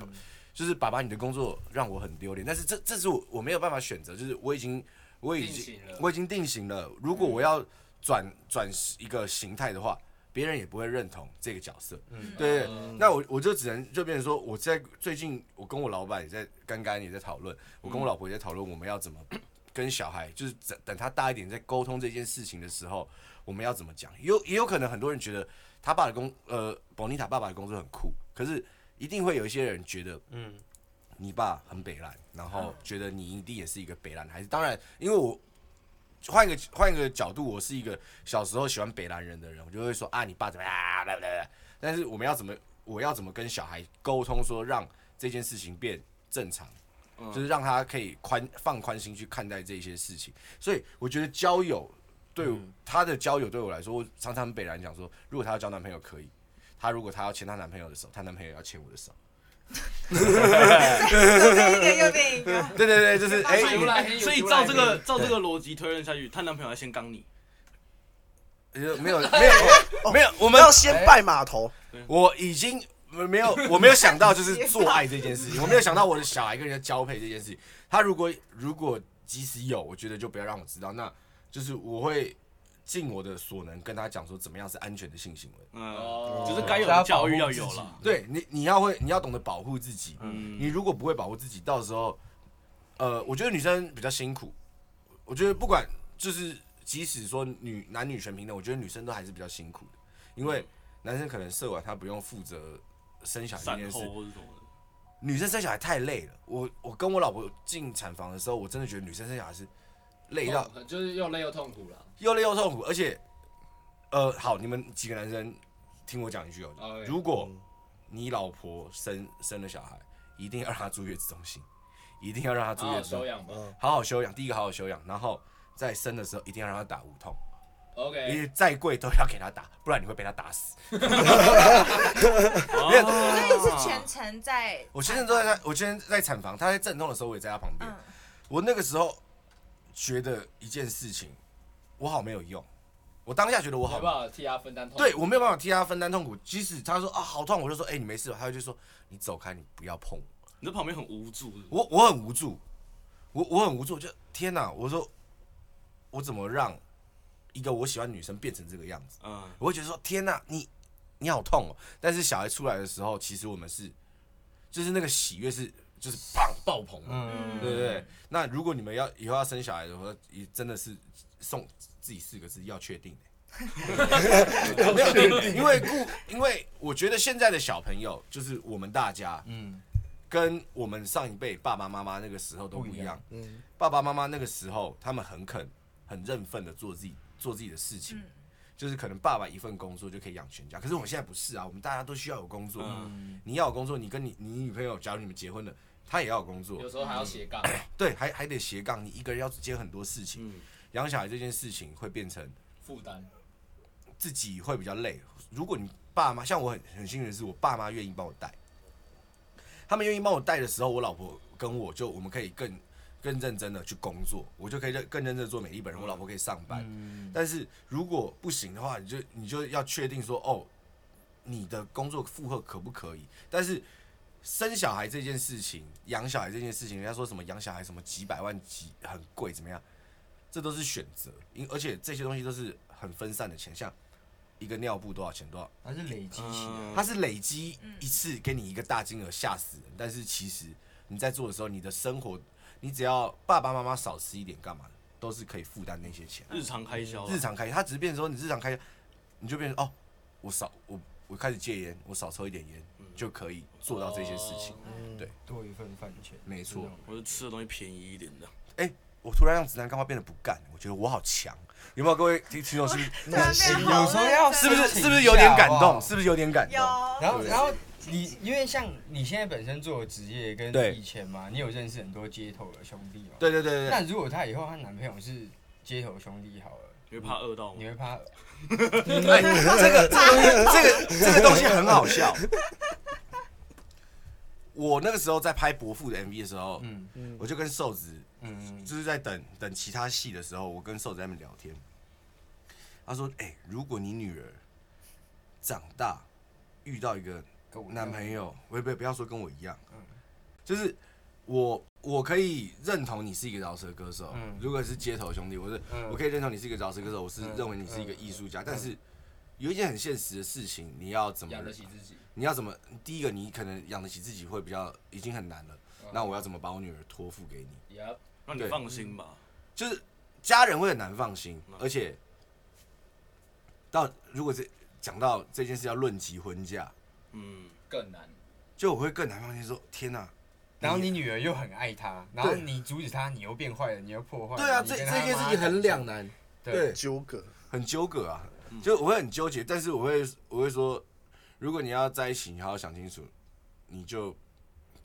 A: 就是爸爸，你的工作让我很丢脸，但是这这是我我没有办法选择，就是我已经我已
C: 定
A: 经
C: 型了
A: 我已经定型了，如
E: 嗯
A: 果我要转转一个形态的话，别人也不会认同这个角色，对对，
C: 嗯呃
A: 那我我就只能就变成说，我在最近我跟我老板也在干干也在讨论，我跟我老婆也在讨论我们要怎么跟小孩，就是等等他大一点在沟通这件事情的时候，我们要怎么讲？有也有可能很多人觉得他爸的工呃，保尼塔爸爸的工作很酷，可是一定会有一些人觉得，嗯，你爸很北蓝，然后觉得你一定也是一个北蓝孩子。当然，因为我换一个换一个角度，我是一个小时候喜欢北蓝人的人，我就会说啊，你爸怎么样啊？来来来，但是我们要怎么，我要怎么跟小孩沟通，说让这件事情变正常，就是让他可以宽放宽心去看待这些事情。所以我觉得交友对我、他的交友对我来说，我常常北兰讲说，如果她要交男朋友可以，她如果她要牵她男朋友的手，她男朋友也要牵我的手。
G: 左边一个，右边一个。
A: 对对对，就是哎、
C: 出来
D: 所以照这个照这个逻辑推论下去，她男朋友要先刚你，
A: 呃没有没有没有，我们
F: 要先拜码头，
A: 我已经没有，我没有想到就是做爱这件事情，我没有想到我的小孩跟人家交配这件事情。他如果如果即使有，我觉得就不要让我知道，那就是我会尽我的所能跟他讲说怎么样是安全的性行为。
D: 嗯
C: 哦，
D: 就是该有的教育要有了。
A: 对你，你要会，你要懂得保护自己。
D: 嗯
A: 你如果不会保护自己，到时候，呃，我觉得女生比较辛苦。我觉得不管就是，即使说女男女全平等，我觉得女生都还是比较辛苦的，因
D: 嗯
A: 为男生可能射完他不用负责生小孩这
D: 产
A: 件
D: 后
A: 事，
D: 或者什么的，
A: 女生生小孩太累了。我我跟我老婆进产房的时候，我真的觉得女生生小孩是累
D: 哦
A: 到
C: 痛就是又累又痛苦了。
A: 又累又痛苦，而且，呃，好，你们几个男生听我讲一句哦
C: 哦对
A: 如果你老婆生生了小孩，一定要让她住月子中心，一定要让她住
C: 好
A: 月
C: 好
A: 子中
C: 收
A: 心，
C: 养吧。
A: 好好休养。第一个好好休养，然后在生的时候一定要让她打无痛，因
C: OK，
A: 为再贵都要给她打，不然你会被她打死。因为
G: 所以是
D: 啊
G: 全程在，
A: 我先生都在她，我先生在产房，她在阵痛的时候我也在她旁边。
G: 嗯
A: 我那个时候觉得一件事情，我好没有用，我当下觉得我
C: 好
A: 好
C: 不好？替他分担痛苦。
A: 对我没有办法替他分担痛苦，即使他说啊好痛，我就说哎、你没事吧，他就说你走开，你不要碰我
D: 你在旁边很无助，
A: 我，我很无助，我我很无助，就天哪，我说我怎么让一个我喜欢的女生变成这个样子？
D: 嗯，
A: 我会觉得说天哪，你你好痛哦，但是小孩出来的时候，其实我们是就是那个喜悦是就是砰爆棚嘛，对不对？那如果你们要以后要生小孩的话，也真的是送自己四个字要确定、欸没有，因为顾，因为我觉得现在的小朋友就是我们大家，嗯，跟我们上一辈爸爸妈妈那个时候都不一样。嗯，爸爸妈妈那个时候他们很肯、很认份的做自己做自己的事情，就是可能爸爸一份工作就可以养全家。可是我们现在不是啊，我们大家都需要有工作。你要有工作，你跟你你女朋友，假如你们结婚了，她也要有工作。
C: 有时候还要斜杠。
A: 对，还还得斜杠，你一个人要接很多事情，养、小孩这件事情会变成
C: 负担。
A: 自己会比较累。如果你爸妈像我很很幸运的是，我爸妈愿意帮我带，他们愿意帮我带的时候，我老婆跟我就我们可以更更认真的去工作，我就可以认更认真的做美丽本人，我老婆可以上班。但是如果不行的话，你就你就要确定说，哦，你的工作负荷可不可以？但是生小孩这件事情，养小孩这件事情，人家说什么养小孩什么几百万几很贵怎么样？这都是选择，因而且这些东西都是很分散的钱，像一个尿布多少钱多少，
E: 它是累积起
D: 嗯
E: 来。
A: 它是累积一次给你一个大金额，吓死人。但是其实你在做的时候，你的生活，你只要爸爸妈妈少吃一点，干嘛的都是可以负担那些钱。
D: 日常开销啊，
A: 日常开销，它只是变成说你日常开销，你就变成哦，我少我我开始戒烟，我少抽一点烟、就可以做到这些事情。对，
E: 多一份饭钱。
A: 没错。
D: 我就吃的东西便宜一点的，
A: 哎、我突然让直男干话变得不干，我觉得我好强。有没有各位听听众是
G: 突然变
E: 有
G: 得好
E: 时候
G: 认
E: 要
G: 真
A: 是不是是不是
E: 一
A: 有点
E: 下
A: 感
E: 好不
A: 动？
E: 好
A: 是不是有点感动？
G: 有
E: 然后，
A: 嗯对
E: 然后你因为像你现在本身做的职业跟
A: 对
E: 以前嘛，你有认识很多街头的兄弟嘛？。
A: 对对对对
E: 那
A: 对，
E: 如果她以后她男朋友是街头兄弟好了，
D: 你会怕饿
A: 哦
D: 到
A: 嗯
E: 你
D: 吗？
E: 会怕？
A: 哎这个 这个东西，这个这个东西很好 笑。我那个时候在拍《伯父》的 MV 的时候，
E: 嗯
A: 我就跟瘦子
E: 嗯，
A: 就是在等等其他戏的时候，我跟瘦子在那边聊天。他说：“哎、如果你女儿长大遇到一个
E: 跟我
A: 男朋友，
E: 嗯
A: 不不不要说跟我一样，就是我我可以认同你是一个饶舌歌手，
E: 嗯
A: 如果是街头兄弟，我是、
E: 嗯
A: 我可以认同你是一个饶舌歌手，我是
E: 嗯
A: 认为你是一个艺术家，但是有一件很现实的事情，你要怎么
C: 养得起自己。
A: 你要怎么？第一个，你可能养得起自己会比较已经很难了，那我要怎么把我女儿托付给你？
C: Yep，
D: 让你
A: 对
D: 放心吧，
A: 就是家人会很难放心
D: 嗯，
A: 而且到如果这讲到这件事要论及婚嫁，
D: 嗯，
C: 更难。
A: 就我会更难放心说，天哪、
E: 然后你女儿又很爱他，然后
A: 对
E: 你阻止她，你又变坏了，你又破坏了。
A: 对啊，
E: 你
A: 这
E: 跟
A: 这
E: 她
A: 件事情
E: 妈
A: 很
E: 感
A: 两难，
E: 对，
A: 对，
F: 纠葛，
A: 很纠葛啊，就我会很纠结，但是我会我会说，如果你要在一起，你好好想清楚，你就。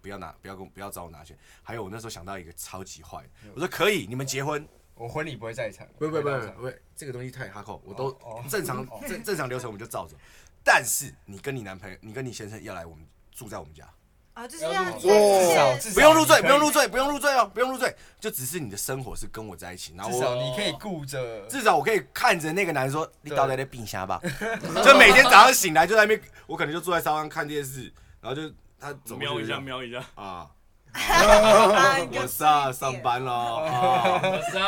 A: 不要拿，不要跟我，不要找我拿钱。还有，我那时候想到一个超级坏的，我说可以，你们结婚，
E: 我婚礼不会在场。
A: 不不
E: 我
A: 不
E: 会到场
A: 不，这个东西太哈扣，我都
E: 哦哦
A: 正常正正常流程我们就照着。但是你跟你男朋友，你跟你先生要来我们住在我们家，
G: 啊，就是要
A: 哦
C: 哇
E: 至少
G: 在
E: 至少
A: 不用入罪，
E: 你
A: 不
E: 可以
A: 用入，罪，不用入罪哦，不用入罪，就只是你的生活是跟我在一起，然后
E: 至少
A: 我
E: 你可以顾着。
A: 至少我可以看着那个男人说，你
E: 对
A: 到底在病瞎吧？ 就每天早上醒来就在那边，我可能就坐在沙发上看电视，然后就他走过去
D: 瞄一下，
A: 就
D: 瞄一下，
A: 啊，
G: 班
A: 我上上。班喽 啊。
C: 我
A: 啊
C: 操！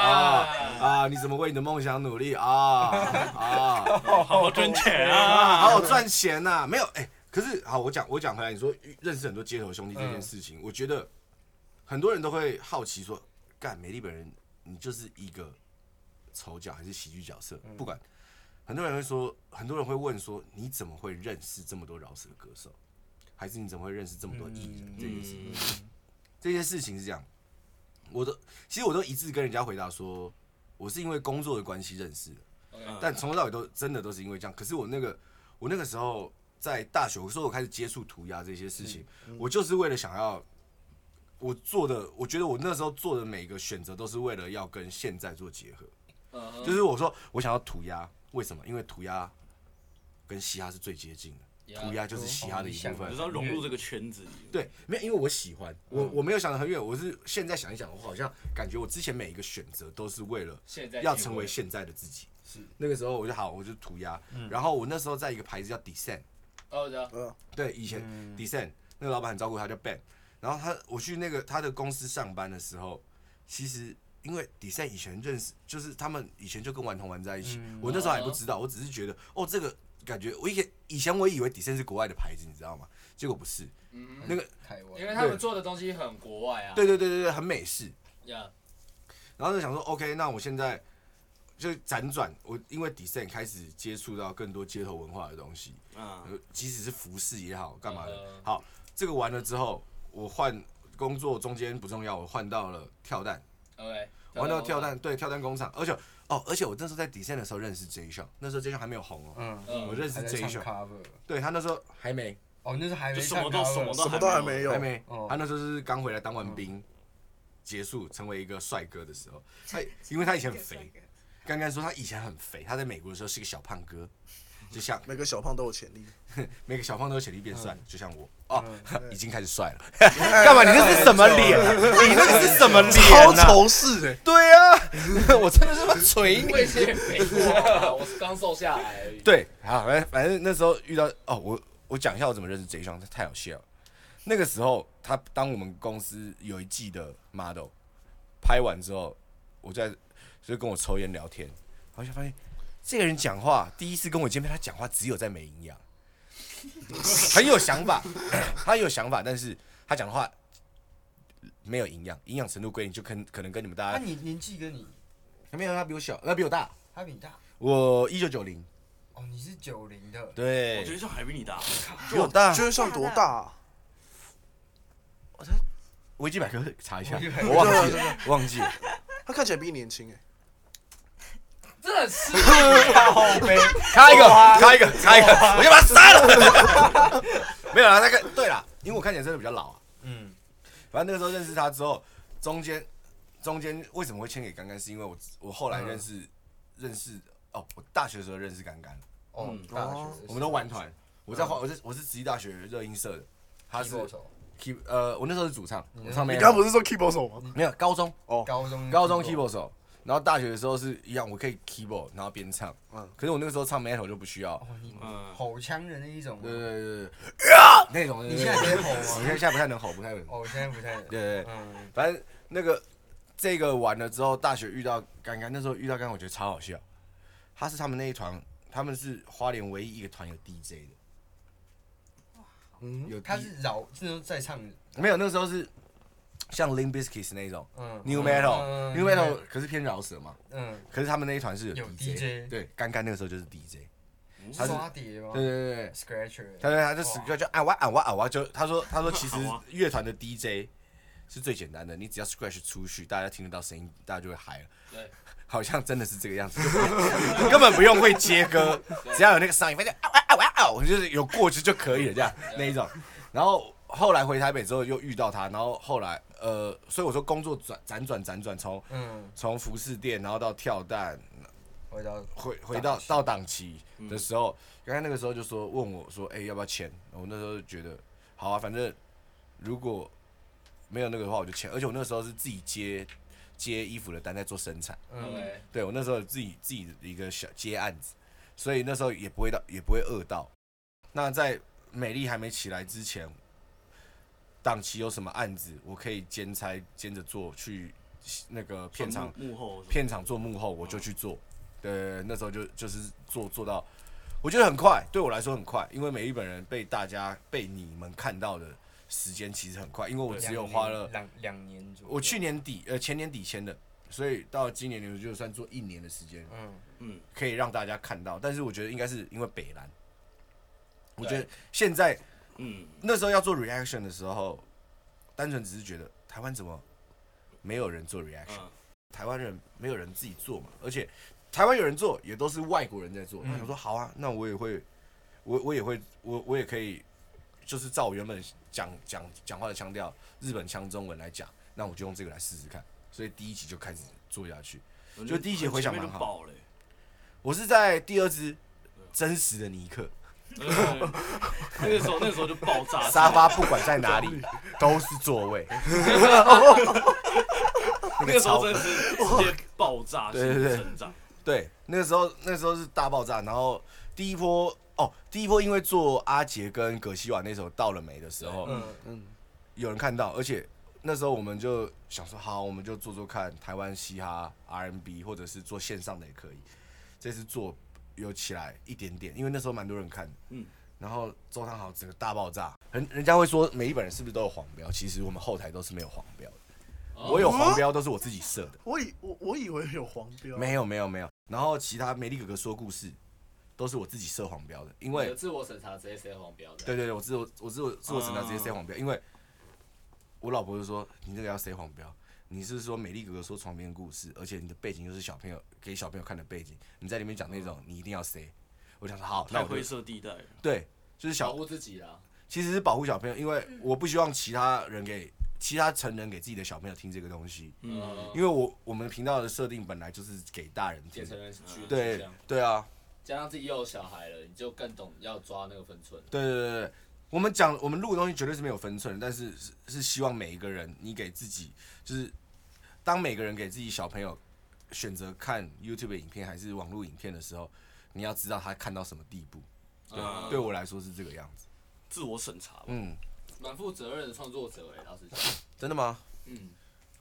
A: 啊！你怎么为你的梦想努力啊啊！
D: 好好赚钱
A: 啊，
D: 啊，
A: 好好赚钱呐、没有，哎、可是好，我讲我讲回来，你说认识很多街头兄弟这件事情，我觉得很多人都会好奇说，干美丽本人，你就是一个丑角还是喜剧角色，不管。很多人会说，很多人会问说，你怎么会认识这么多饶舌歌手，还是你怎么会认识这么多艺人？这件事，
D: 嗯
A: 这件事情是这样，我都其实我都一致跟人家回答说，我是因为工作的关系认识的。但从头到尾都真的都是因为这样。可是我那个我那个时候在大学，所以我开始接触涂鸦这些事情，我就是为了想要。我做的，我觉得我那时候做的每一个选择都是为了要跟现在做结合，
C: 呃，
A: 就是我说我想要涂鸦，为什么？因为涂鸦跟嘻哈是最接近的，
C: Yeah
A: 涂鸦就是嘻哈的一部
D: 我
A: 分
D: 就是。要融入这个圈子里。
A: 对，没有，因为我喜欢，我我没有想得很远，我是现在想一想，我好像感觉我之前每一个选择都是为了
C: 现在
A: 要成为现在的自己。是那个时候我就好，我就涂鸦，然后我那时候在一个牌子叫 Descent，
C: 哦的，
F: 嗯，
A: 对，以前 Descent、那个老板很照顾他叫 Ben，然后他我去那个他的公司上班的时候，其实因为 Descent 以前认识，就是他们以前就跟顽童玩在一起，我那时候还不知道，我只是觉得哦这个感觉，我以前以前我以为 Descent 是国外的牌子，你知道吗？结果不是，
C: 嗯，
A: 那个
E: 台湾
C: 因为他们做的东西很国外啊，
A: 对对对对对，很美式，
C: 呀，
A: 然后就想说，OK，那我现在就辗转，我因为 Descent 开始接触到更多街头文化的东西，
D: 啊，
A: 呃即使是服饰也好，干嘛的
C: 嗯。
A: 好，这个完了之后，我换工作中间不重要，我换到了跳蛋，
C: OK，
A: 玩到跳，蛋，对跳蛋工厂，而且哦，而且我那时候在 Descent 的时候认识 J 秀，那时候 J 秀还没有红哦，
E: 嗯，
C: 嗯
A: 我认识
E: 还在
A: J
E: 唱
A: 秀，
E: cover，
A: 对他那时候还没
E: 哦，那是还没
D: 就什
E: 唱
D: 么都
E: cover，
D: 什么
F: 什么都还
D: 有
F: 没有
A: 还，没
E: 哦，
A: 他那时候是刚回来当完兵，结束成为一个帅哥的时候，他因为他以前很肥。刚刚说他以前很肥，他在美国的时候是个小胖哥， 就像
F: 每个小胖都有潜力。
A: 每个小胖都有潜力变帅，就像我哦， 已经开始帅了。
J: 干嘛？你那是什么脸 啊？你那是什么
F: 超
J: 脸啊？
F: 仇视哎，
A: 对啊， 我真的是他妈锤你
C: 我。以前也没过啊，我是刚瘦下来而已。
A: 对，好，反正反正那时候遇到哦，我我讲一下我怎么认识 J 双，他太好笑了。那个时候他当我们公司有一季的 model 拍完之后，我在就跟我抽烟聊天，然后就发现这个人讲话，第一次跟我见面，他讲话只有在没营养，很有想法，他有想法，但是他讲的话没有营养，营养程度归零，就跟可能啊跟你们
E: 那
A: 大家
E: 你年纪跟你
A: 没有他比我小，呃他比我大，
E: 他比你大，
A: 我一九九零，
E: 哦，你是九零的，
D: 我
A: 对
D: 觉，得像海比你大，
A: 比我大，
F: 捐上多大啊？
A: 维基百科查一下，
E: 维基百科
A: 我忘 记了，忘记了。
F: 他看起来比你年轻哎。
C: 真的是
A: 开一个，开一个，开 一个，我就把他杀了。 没有啦，那个对啦，因为我看起来真的比较老啊。
E: 嗯，
A: 反正那个时候认识他之后，中间中间为什么会签给干干，是因为我我后来认识、认识哦，我大学的时候认识干干，
E: 哦
D: 嗯，
E: 大学，
A: 我们都玩团，我在华、我是我是慈济大学热音社的，他是
E: 手手，
A: key 呃我那时候是主唱，我唱没
F: 你
A: 有
F: 刚刚不是说 keyboard 手吗？
A: 没有高中
E: 高中
A: 高中 keyboard 手，然后大学的时候是一样，我可以 keyboard，然后边唱。嗯
F: 嗯，
A: 可是我那个时候唱 metal 就不需要。
E: 哦，你
D: 嗯，
E: 吼腔的那一种吗，
A: 对对对对对，啊那种。
E: 你现在可以吼
A: 我
E: 吗
A: 现？在现在不太能吼，不太能。
E: 哦，我现在不太，
A: 对对对，
E: 嗯，
A: 反正那个这个完了之后，大学遇到刚刚那时候遇到刚刚，我觉得超好笑。他是他们那一团，他们是花莲唯一一个团有 DJ 的。有 D-
E: 嗯他是老那时候在唱，
A: 没有那时候是像 Limp Bizkit 那种
E: 嗯
A: New
E: 嗯
A: Metal，New Metal
E: 嗯
A: 可是偏饶舌嘛，
E: 嗯，
A: 可是他们那一团是
E: 有
A: DJ，
E: DJ
A: 对，刚刚那个时候就是 DJ，他是
E: 嗯刷碟吗？
A: 对对对对，
E: ，Scratcher，
A: 他说他就死
E: 哇
A: 个就啊哇啊哇啊哇，就他说他说其实
D: 啊哇
A: 乐团的 DJ 是最简单的，你只要 scratch 出去，大家听得到声音，大家就会嗨了。
C: 对，
A: 好像真的是这个样子， 根本不用会接歌，只要有那个 sound，反正啊哇啊哇啊，我就是有过去就可以了，这样那一种。然后后来回台北之后又遇到他，然后后来呃，所以我说工作转辗转辗转从
E: 嗯，
A: 从服饰店，然后到跳蛋，
E: 回到
A: 回回到到档期的时候，刚刚那个时候就说问我说，哎、要不要签？我那时候就觉得，好啊，反正如果没有那个的话，我就签。而且我那时候是自己接接衣服的单，在做生产，
E: 嗯，
C: 对，
A: 对我那时候有自己自己的一个小接案子，所以那时候也不会到也不会饿到。那在美丽还没起来之前，档期有什么案子，我可以兼差兼着做，去那个片场
D: 幕后
A: 片场做幕后，我就去做。对，那时候就就是做做到，我觉得很快，对我来说很快，因为每一本人被大家被你们看到的时间其实很快，因为我只有花了
E: 两年两年左右，
A: 我去年底呃前年底签的，所以到今年我就算做一年的时间，
E: 嗯，
A: 可以让大家看到。但是我觉得应该是因为北兰，我觉得现在
D: 嗯，
A: 那时候要做 reaction 的时候，单纯只是觉得台湾怎么没有人做 reaction，、
D: 嗯
A: 台湾人没有人自
D: 嗯
A: 己做嘛，而且台湾有人做也都是外国人在做。他想说好啊，那我也会，我我也会，我我也可以，就是照我原本讲讲讲话的腔调，日本腔中文来讲，那我就用这个来试试看。所以第一集就开始做下去，就第一集回想蛮好
D: 前面就爆了欸
A: 我是在第二支真实的尼克
D: 那个时候那个时候就爆炸，
A: 沙发，不管在哪里 都是座位，
D: 那个时候真的是直接爆炸性
A: 对对对
D: 成长，
A: 对，那个时候那时候是大爆炸，然后第一波哦，第一波因为做阿杰跟葛西瓦那首《到了没》的时候，嗯嗯，有人看到，而且那时候我们就想说，好，我们就做做看台湾嘻哈 R&B，或者是做线上的也可以。这次做有起来一点点，因为那时候蛮多人看的，嗯。然后周汤豪整个大爆炸，人人家会说每一本人是不是都有黄标？其实我们后台都是没有黄标的，我有黄标都是我自己设的。
F: 我以我我以为有黄标，
A: 没有没有没有。然后其他美丽哥哥说故事，都是我自己设黄标的，因
C: 你的
A: 为
C: 自我审查直接塞黄标的。
A: 对对对，我自我我自我自我审查直
C: 啊
A: 接塞黄标，因为我老婆就说你这个要塞黄标，你是说美丽哥哥说床边故事，而且你的背景又是小朋友给小朋友看的背景，你在里面讲那
C: 嗯
A: 种、你一定要塞。我想说好，那
D: 太
A: 我
D: 灰
A: 就
D: 色地带了。
A: 对，就是
C: 保
A: 小
C: 护自己啦，
A: 其实是保护小朋友，因为我不希望其他人给其他成人给自己的小朋友听这个东西，
C: 嗯，
A: 因为我我们频道的设定本来就是给大人听
C: 变成
A: 的，
C: 人去
A: 对对啊，
C: 加上自己又有小孩了，你就更懂要抓那个分寸。
A: 对对对对，我们讲我们录的东西绝对是没有分寸，但是是是希望每一个人，你给自己就是当每个人给自己小朋友选择看 YouTube 影片还是网络影片的时候，你要知道他看到什么地步。
C: 嗯
A: 对我来说是这个样子。
D: 自我审查吧，
A: 嗯，
C: 蛮负责任的创作者哎，老实讲，
A: 真的吗？
C: 嗯，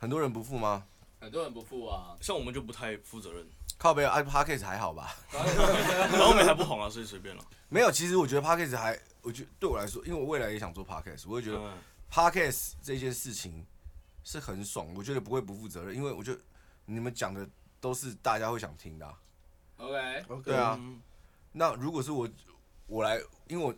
A: 很多人不付吗？
C: 很多人不 负啊，
D: 像我们就不太负责任，
A: 靠背 i p o d c a s t 还好吧？
D: 然后我们还不红啊，所以随便了。
A: 没有，其实我觉得 p o d c a s t 还，我觉得对我来说，因为我未来也想做 p o d c a s t 我就觉得
D: 嗯，
A: podcast 这件事情是很爽，我觉得不会不负责任，因为我觉得你们讲的都是大家会想听的啊、
C: OK，
F: OK
A: 对啊
D: 嗯
A: 那如果是我我来，因为我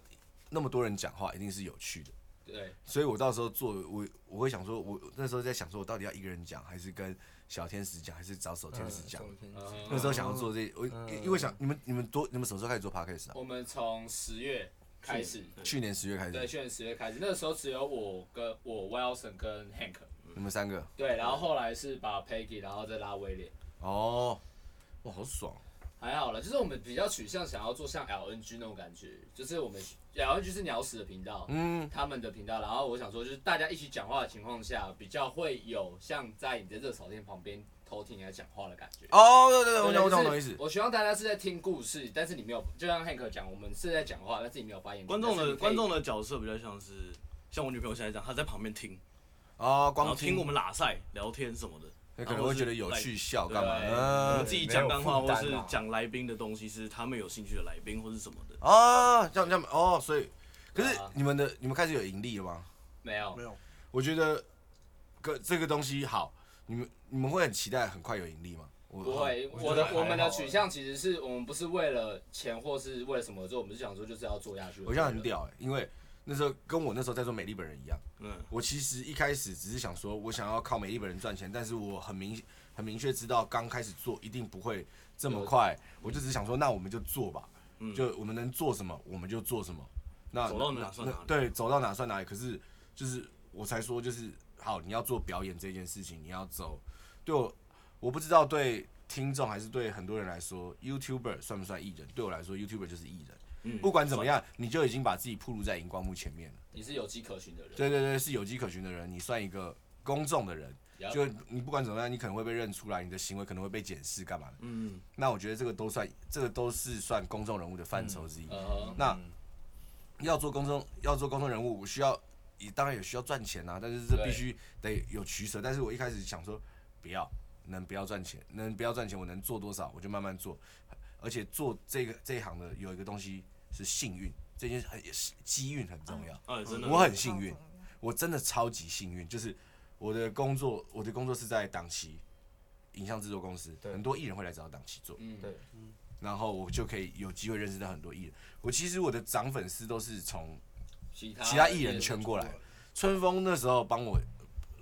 A: 那么多人讲话，一定是有趣的，
C: 对，
A: 所以我到时候做我我会想说，我那时候在想说我到底要一个人讲，还是跟小天使讲，还是找手天使讲？
C: 嗯
A: 那时候想要做这，我、
E: 嗯
A: 因为想你们你们多你们什么时候开始做 podcast 啊？
C: 我们从十月开始，
A: 去年十月开
C: 对，
A: 始，
C: 去年十月开始，那个时候只有我跟我 Wilson 跟 Hank，
A: 你们三个
C: 对，然后后来是把 Peggy，然后再拉威廉，
A: 哦，哇，好爽！
C: 还好了，就是我们比较取向想要做像 LNG 那种感觉，就是我们 LNG 是鸟屎的频道，
A: 嗯，
C: 他们的频道，然后我想说，就是大家一起讲话的情况下，比较会有像在你的热炒店旁边偷听人家讲话的感觉。
A: 哦，对对对，我
C: 对
A: 懂我懂我
C: 就是
A: 懂意思。
C: 我希望大家是在听故事，但是你没有，就像 Hank 讲，我们是在讲话，但是你没有发言权。
D: 观众
C: 但是
D: 的
C: 你可以
D: 观众的角色比较像是，像我女朋友现在这样，她在旁边听，
A: 哦，
D: 然后
A: 光
D: 听我们拉赛聊天什么的，
A: 那可能会觉得有趣笑干嘛？
C: 对
D: 我们
A: 嗯，
D: 自己讲干话
E: 没有负
D: 或
E: 担啊
D: 是讲来宾的东西是他们有兴趣的来宾或是什么的。
A: 哦，这样这样哦，所以可是
C: 对啊
A: 你们的你们开始有盈利了吗？
C: 没有
F: 没，有，
A: 我觉得个这个东西好，你们你们会很期待很快有盈利吗？我
C: 不会。
E: 我觉得
C: 我的
E: 还好
C: 我
A: 啊
C: 们的取向其实是我们不是为了钱或是为了什么做，我们是想说就是要做下去。
A: 我觉得很屌哎、因为那时候跟我那时候在做美丽本人一样，
D: 嗯，
A: 我其实一开始只是想说我想要靠美丽本人赚钱，但是我很明很明确知道刚开始做一定不会这么快，我就只是想说那我们就做吧，
D: 嗯
A: 就我们能做什么我们就做什么，那
D: 走到哪
A: 那
D: 算哪
A: 那对，走到哪算哪里。可是就是我才说就是好，你要做表演这件事情，你要走，对我我不知道对听众还是对很多人来说，YouTuber 算不算艺人？对我来说，YouTuber 就是艺人。
D: 嗯
A: 不管怎么样，你就已经把自己暴露在荧光幕前面了。
C: 你是有迹可循的人。
A: 对对对，是有迹可循的人，你算一个公众的人，
C: Yup
A: 就你不管怎么样，你可能会被认出来，你的行为可能会被检视，干嘛的？
D: 嗯，
A: 那我觉得这个都算，这个都是算公众人物的范畴之一。
C: 嗯哼，
A: 那要做公众，要做公众人物，我需要，也当然也需要赚钱啊，但是这
C: 对
A: 必须得有取舍。但是我一开始想说，不要，能不要赚钱，能不要赚钱，我能做多少我就慢慢做。而且做这个这一行的有一个东西是幸运，这件事很也是机运很重要。
D: 哎，真的，
A: 嗯我很幸运，我真的超级幸运，就是我的工作，我的工作是在档期影像制作公司，
E: 对
A: 很多艺人会来找档期做，
C: 嗯，
E: 对
A: 然后我就可以有机会认识到很多艺人。我其实我的涨粉丝都是从
C: 其他
A: 其他艺人圈过来，春风那时候帮我，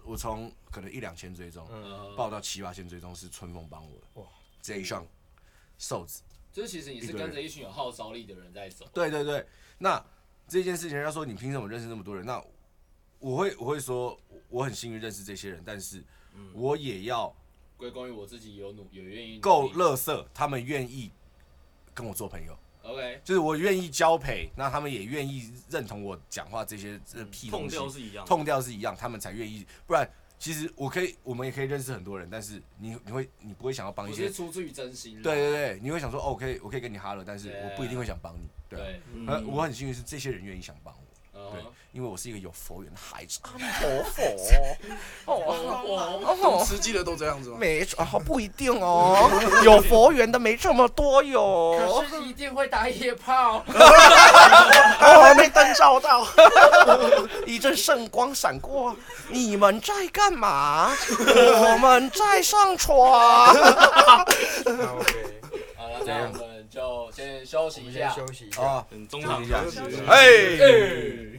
A: 我从可能一两千追踪
C: 呃
E: 嗯
A: 爆到七八千追踪是春风帮我的，这一项瘦子
C: 就是其实你是跟着一群有号召力的人在走，
A: 对对对，那这件事情，人家说你凭什么认识那么多人？那我会我会说，我我很幸运认识这些人，但是
D: 嗯
A: 我也要
C: 归功于我自己有努有愿意努力
A: 够乐色，他们愿意跟我做朋友，
C: ，OK，
A: 就是我愿意交配，那他们也愿意认同我讲话这些这屁
D: 嗯痛
A: 东西，
D: 掉是一样的。
A: 痛掉是一样，他们才愿意，不然。其实我可以，我们也可以认识很多人，但是你你会你不会想要帮
C: 不
A: 一些
C: 是，出自于真心啦，
A: 对对对，你会想说哦，我可以我可以跟你哈了，但是我不一定会想帮你，对啊。
C: 对，
D: 嗯
A: 呃，我很幸运是这些人愿意想帮我，
C: 嗯
A: 对
C: 哼，
A: 因为我是一个有佛缘的孩子。
K: 活佛，
L: 哦，
K: 懂吃鸡的都这样子吗？
F: 没错，哦不一定哦， 有佛缘的没这么多哟
C: 可。是一定会打野炮，
F: 哦，被灯照到，一阵圣光闪过。你们在干嘛？我们在上床。
E: 嗯
C: 好了，那我们就先休息
E: 我
C: 一
E: 们
C: 下
E: 先，休息一 下。
A: 啊，
D: 嗯，中场休息。
K: 对
A: 哎，
C: 哎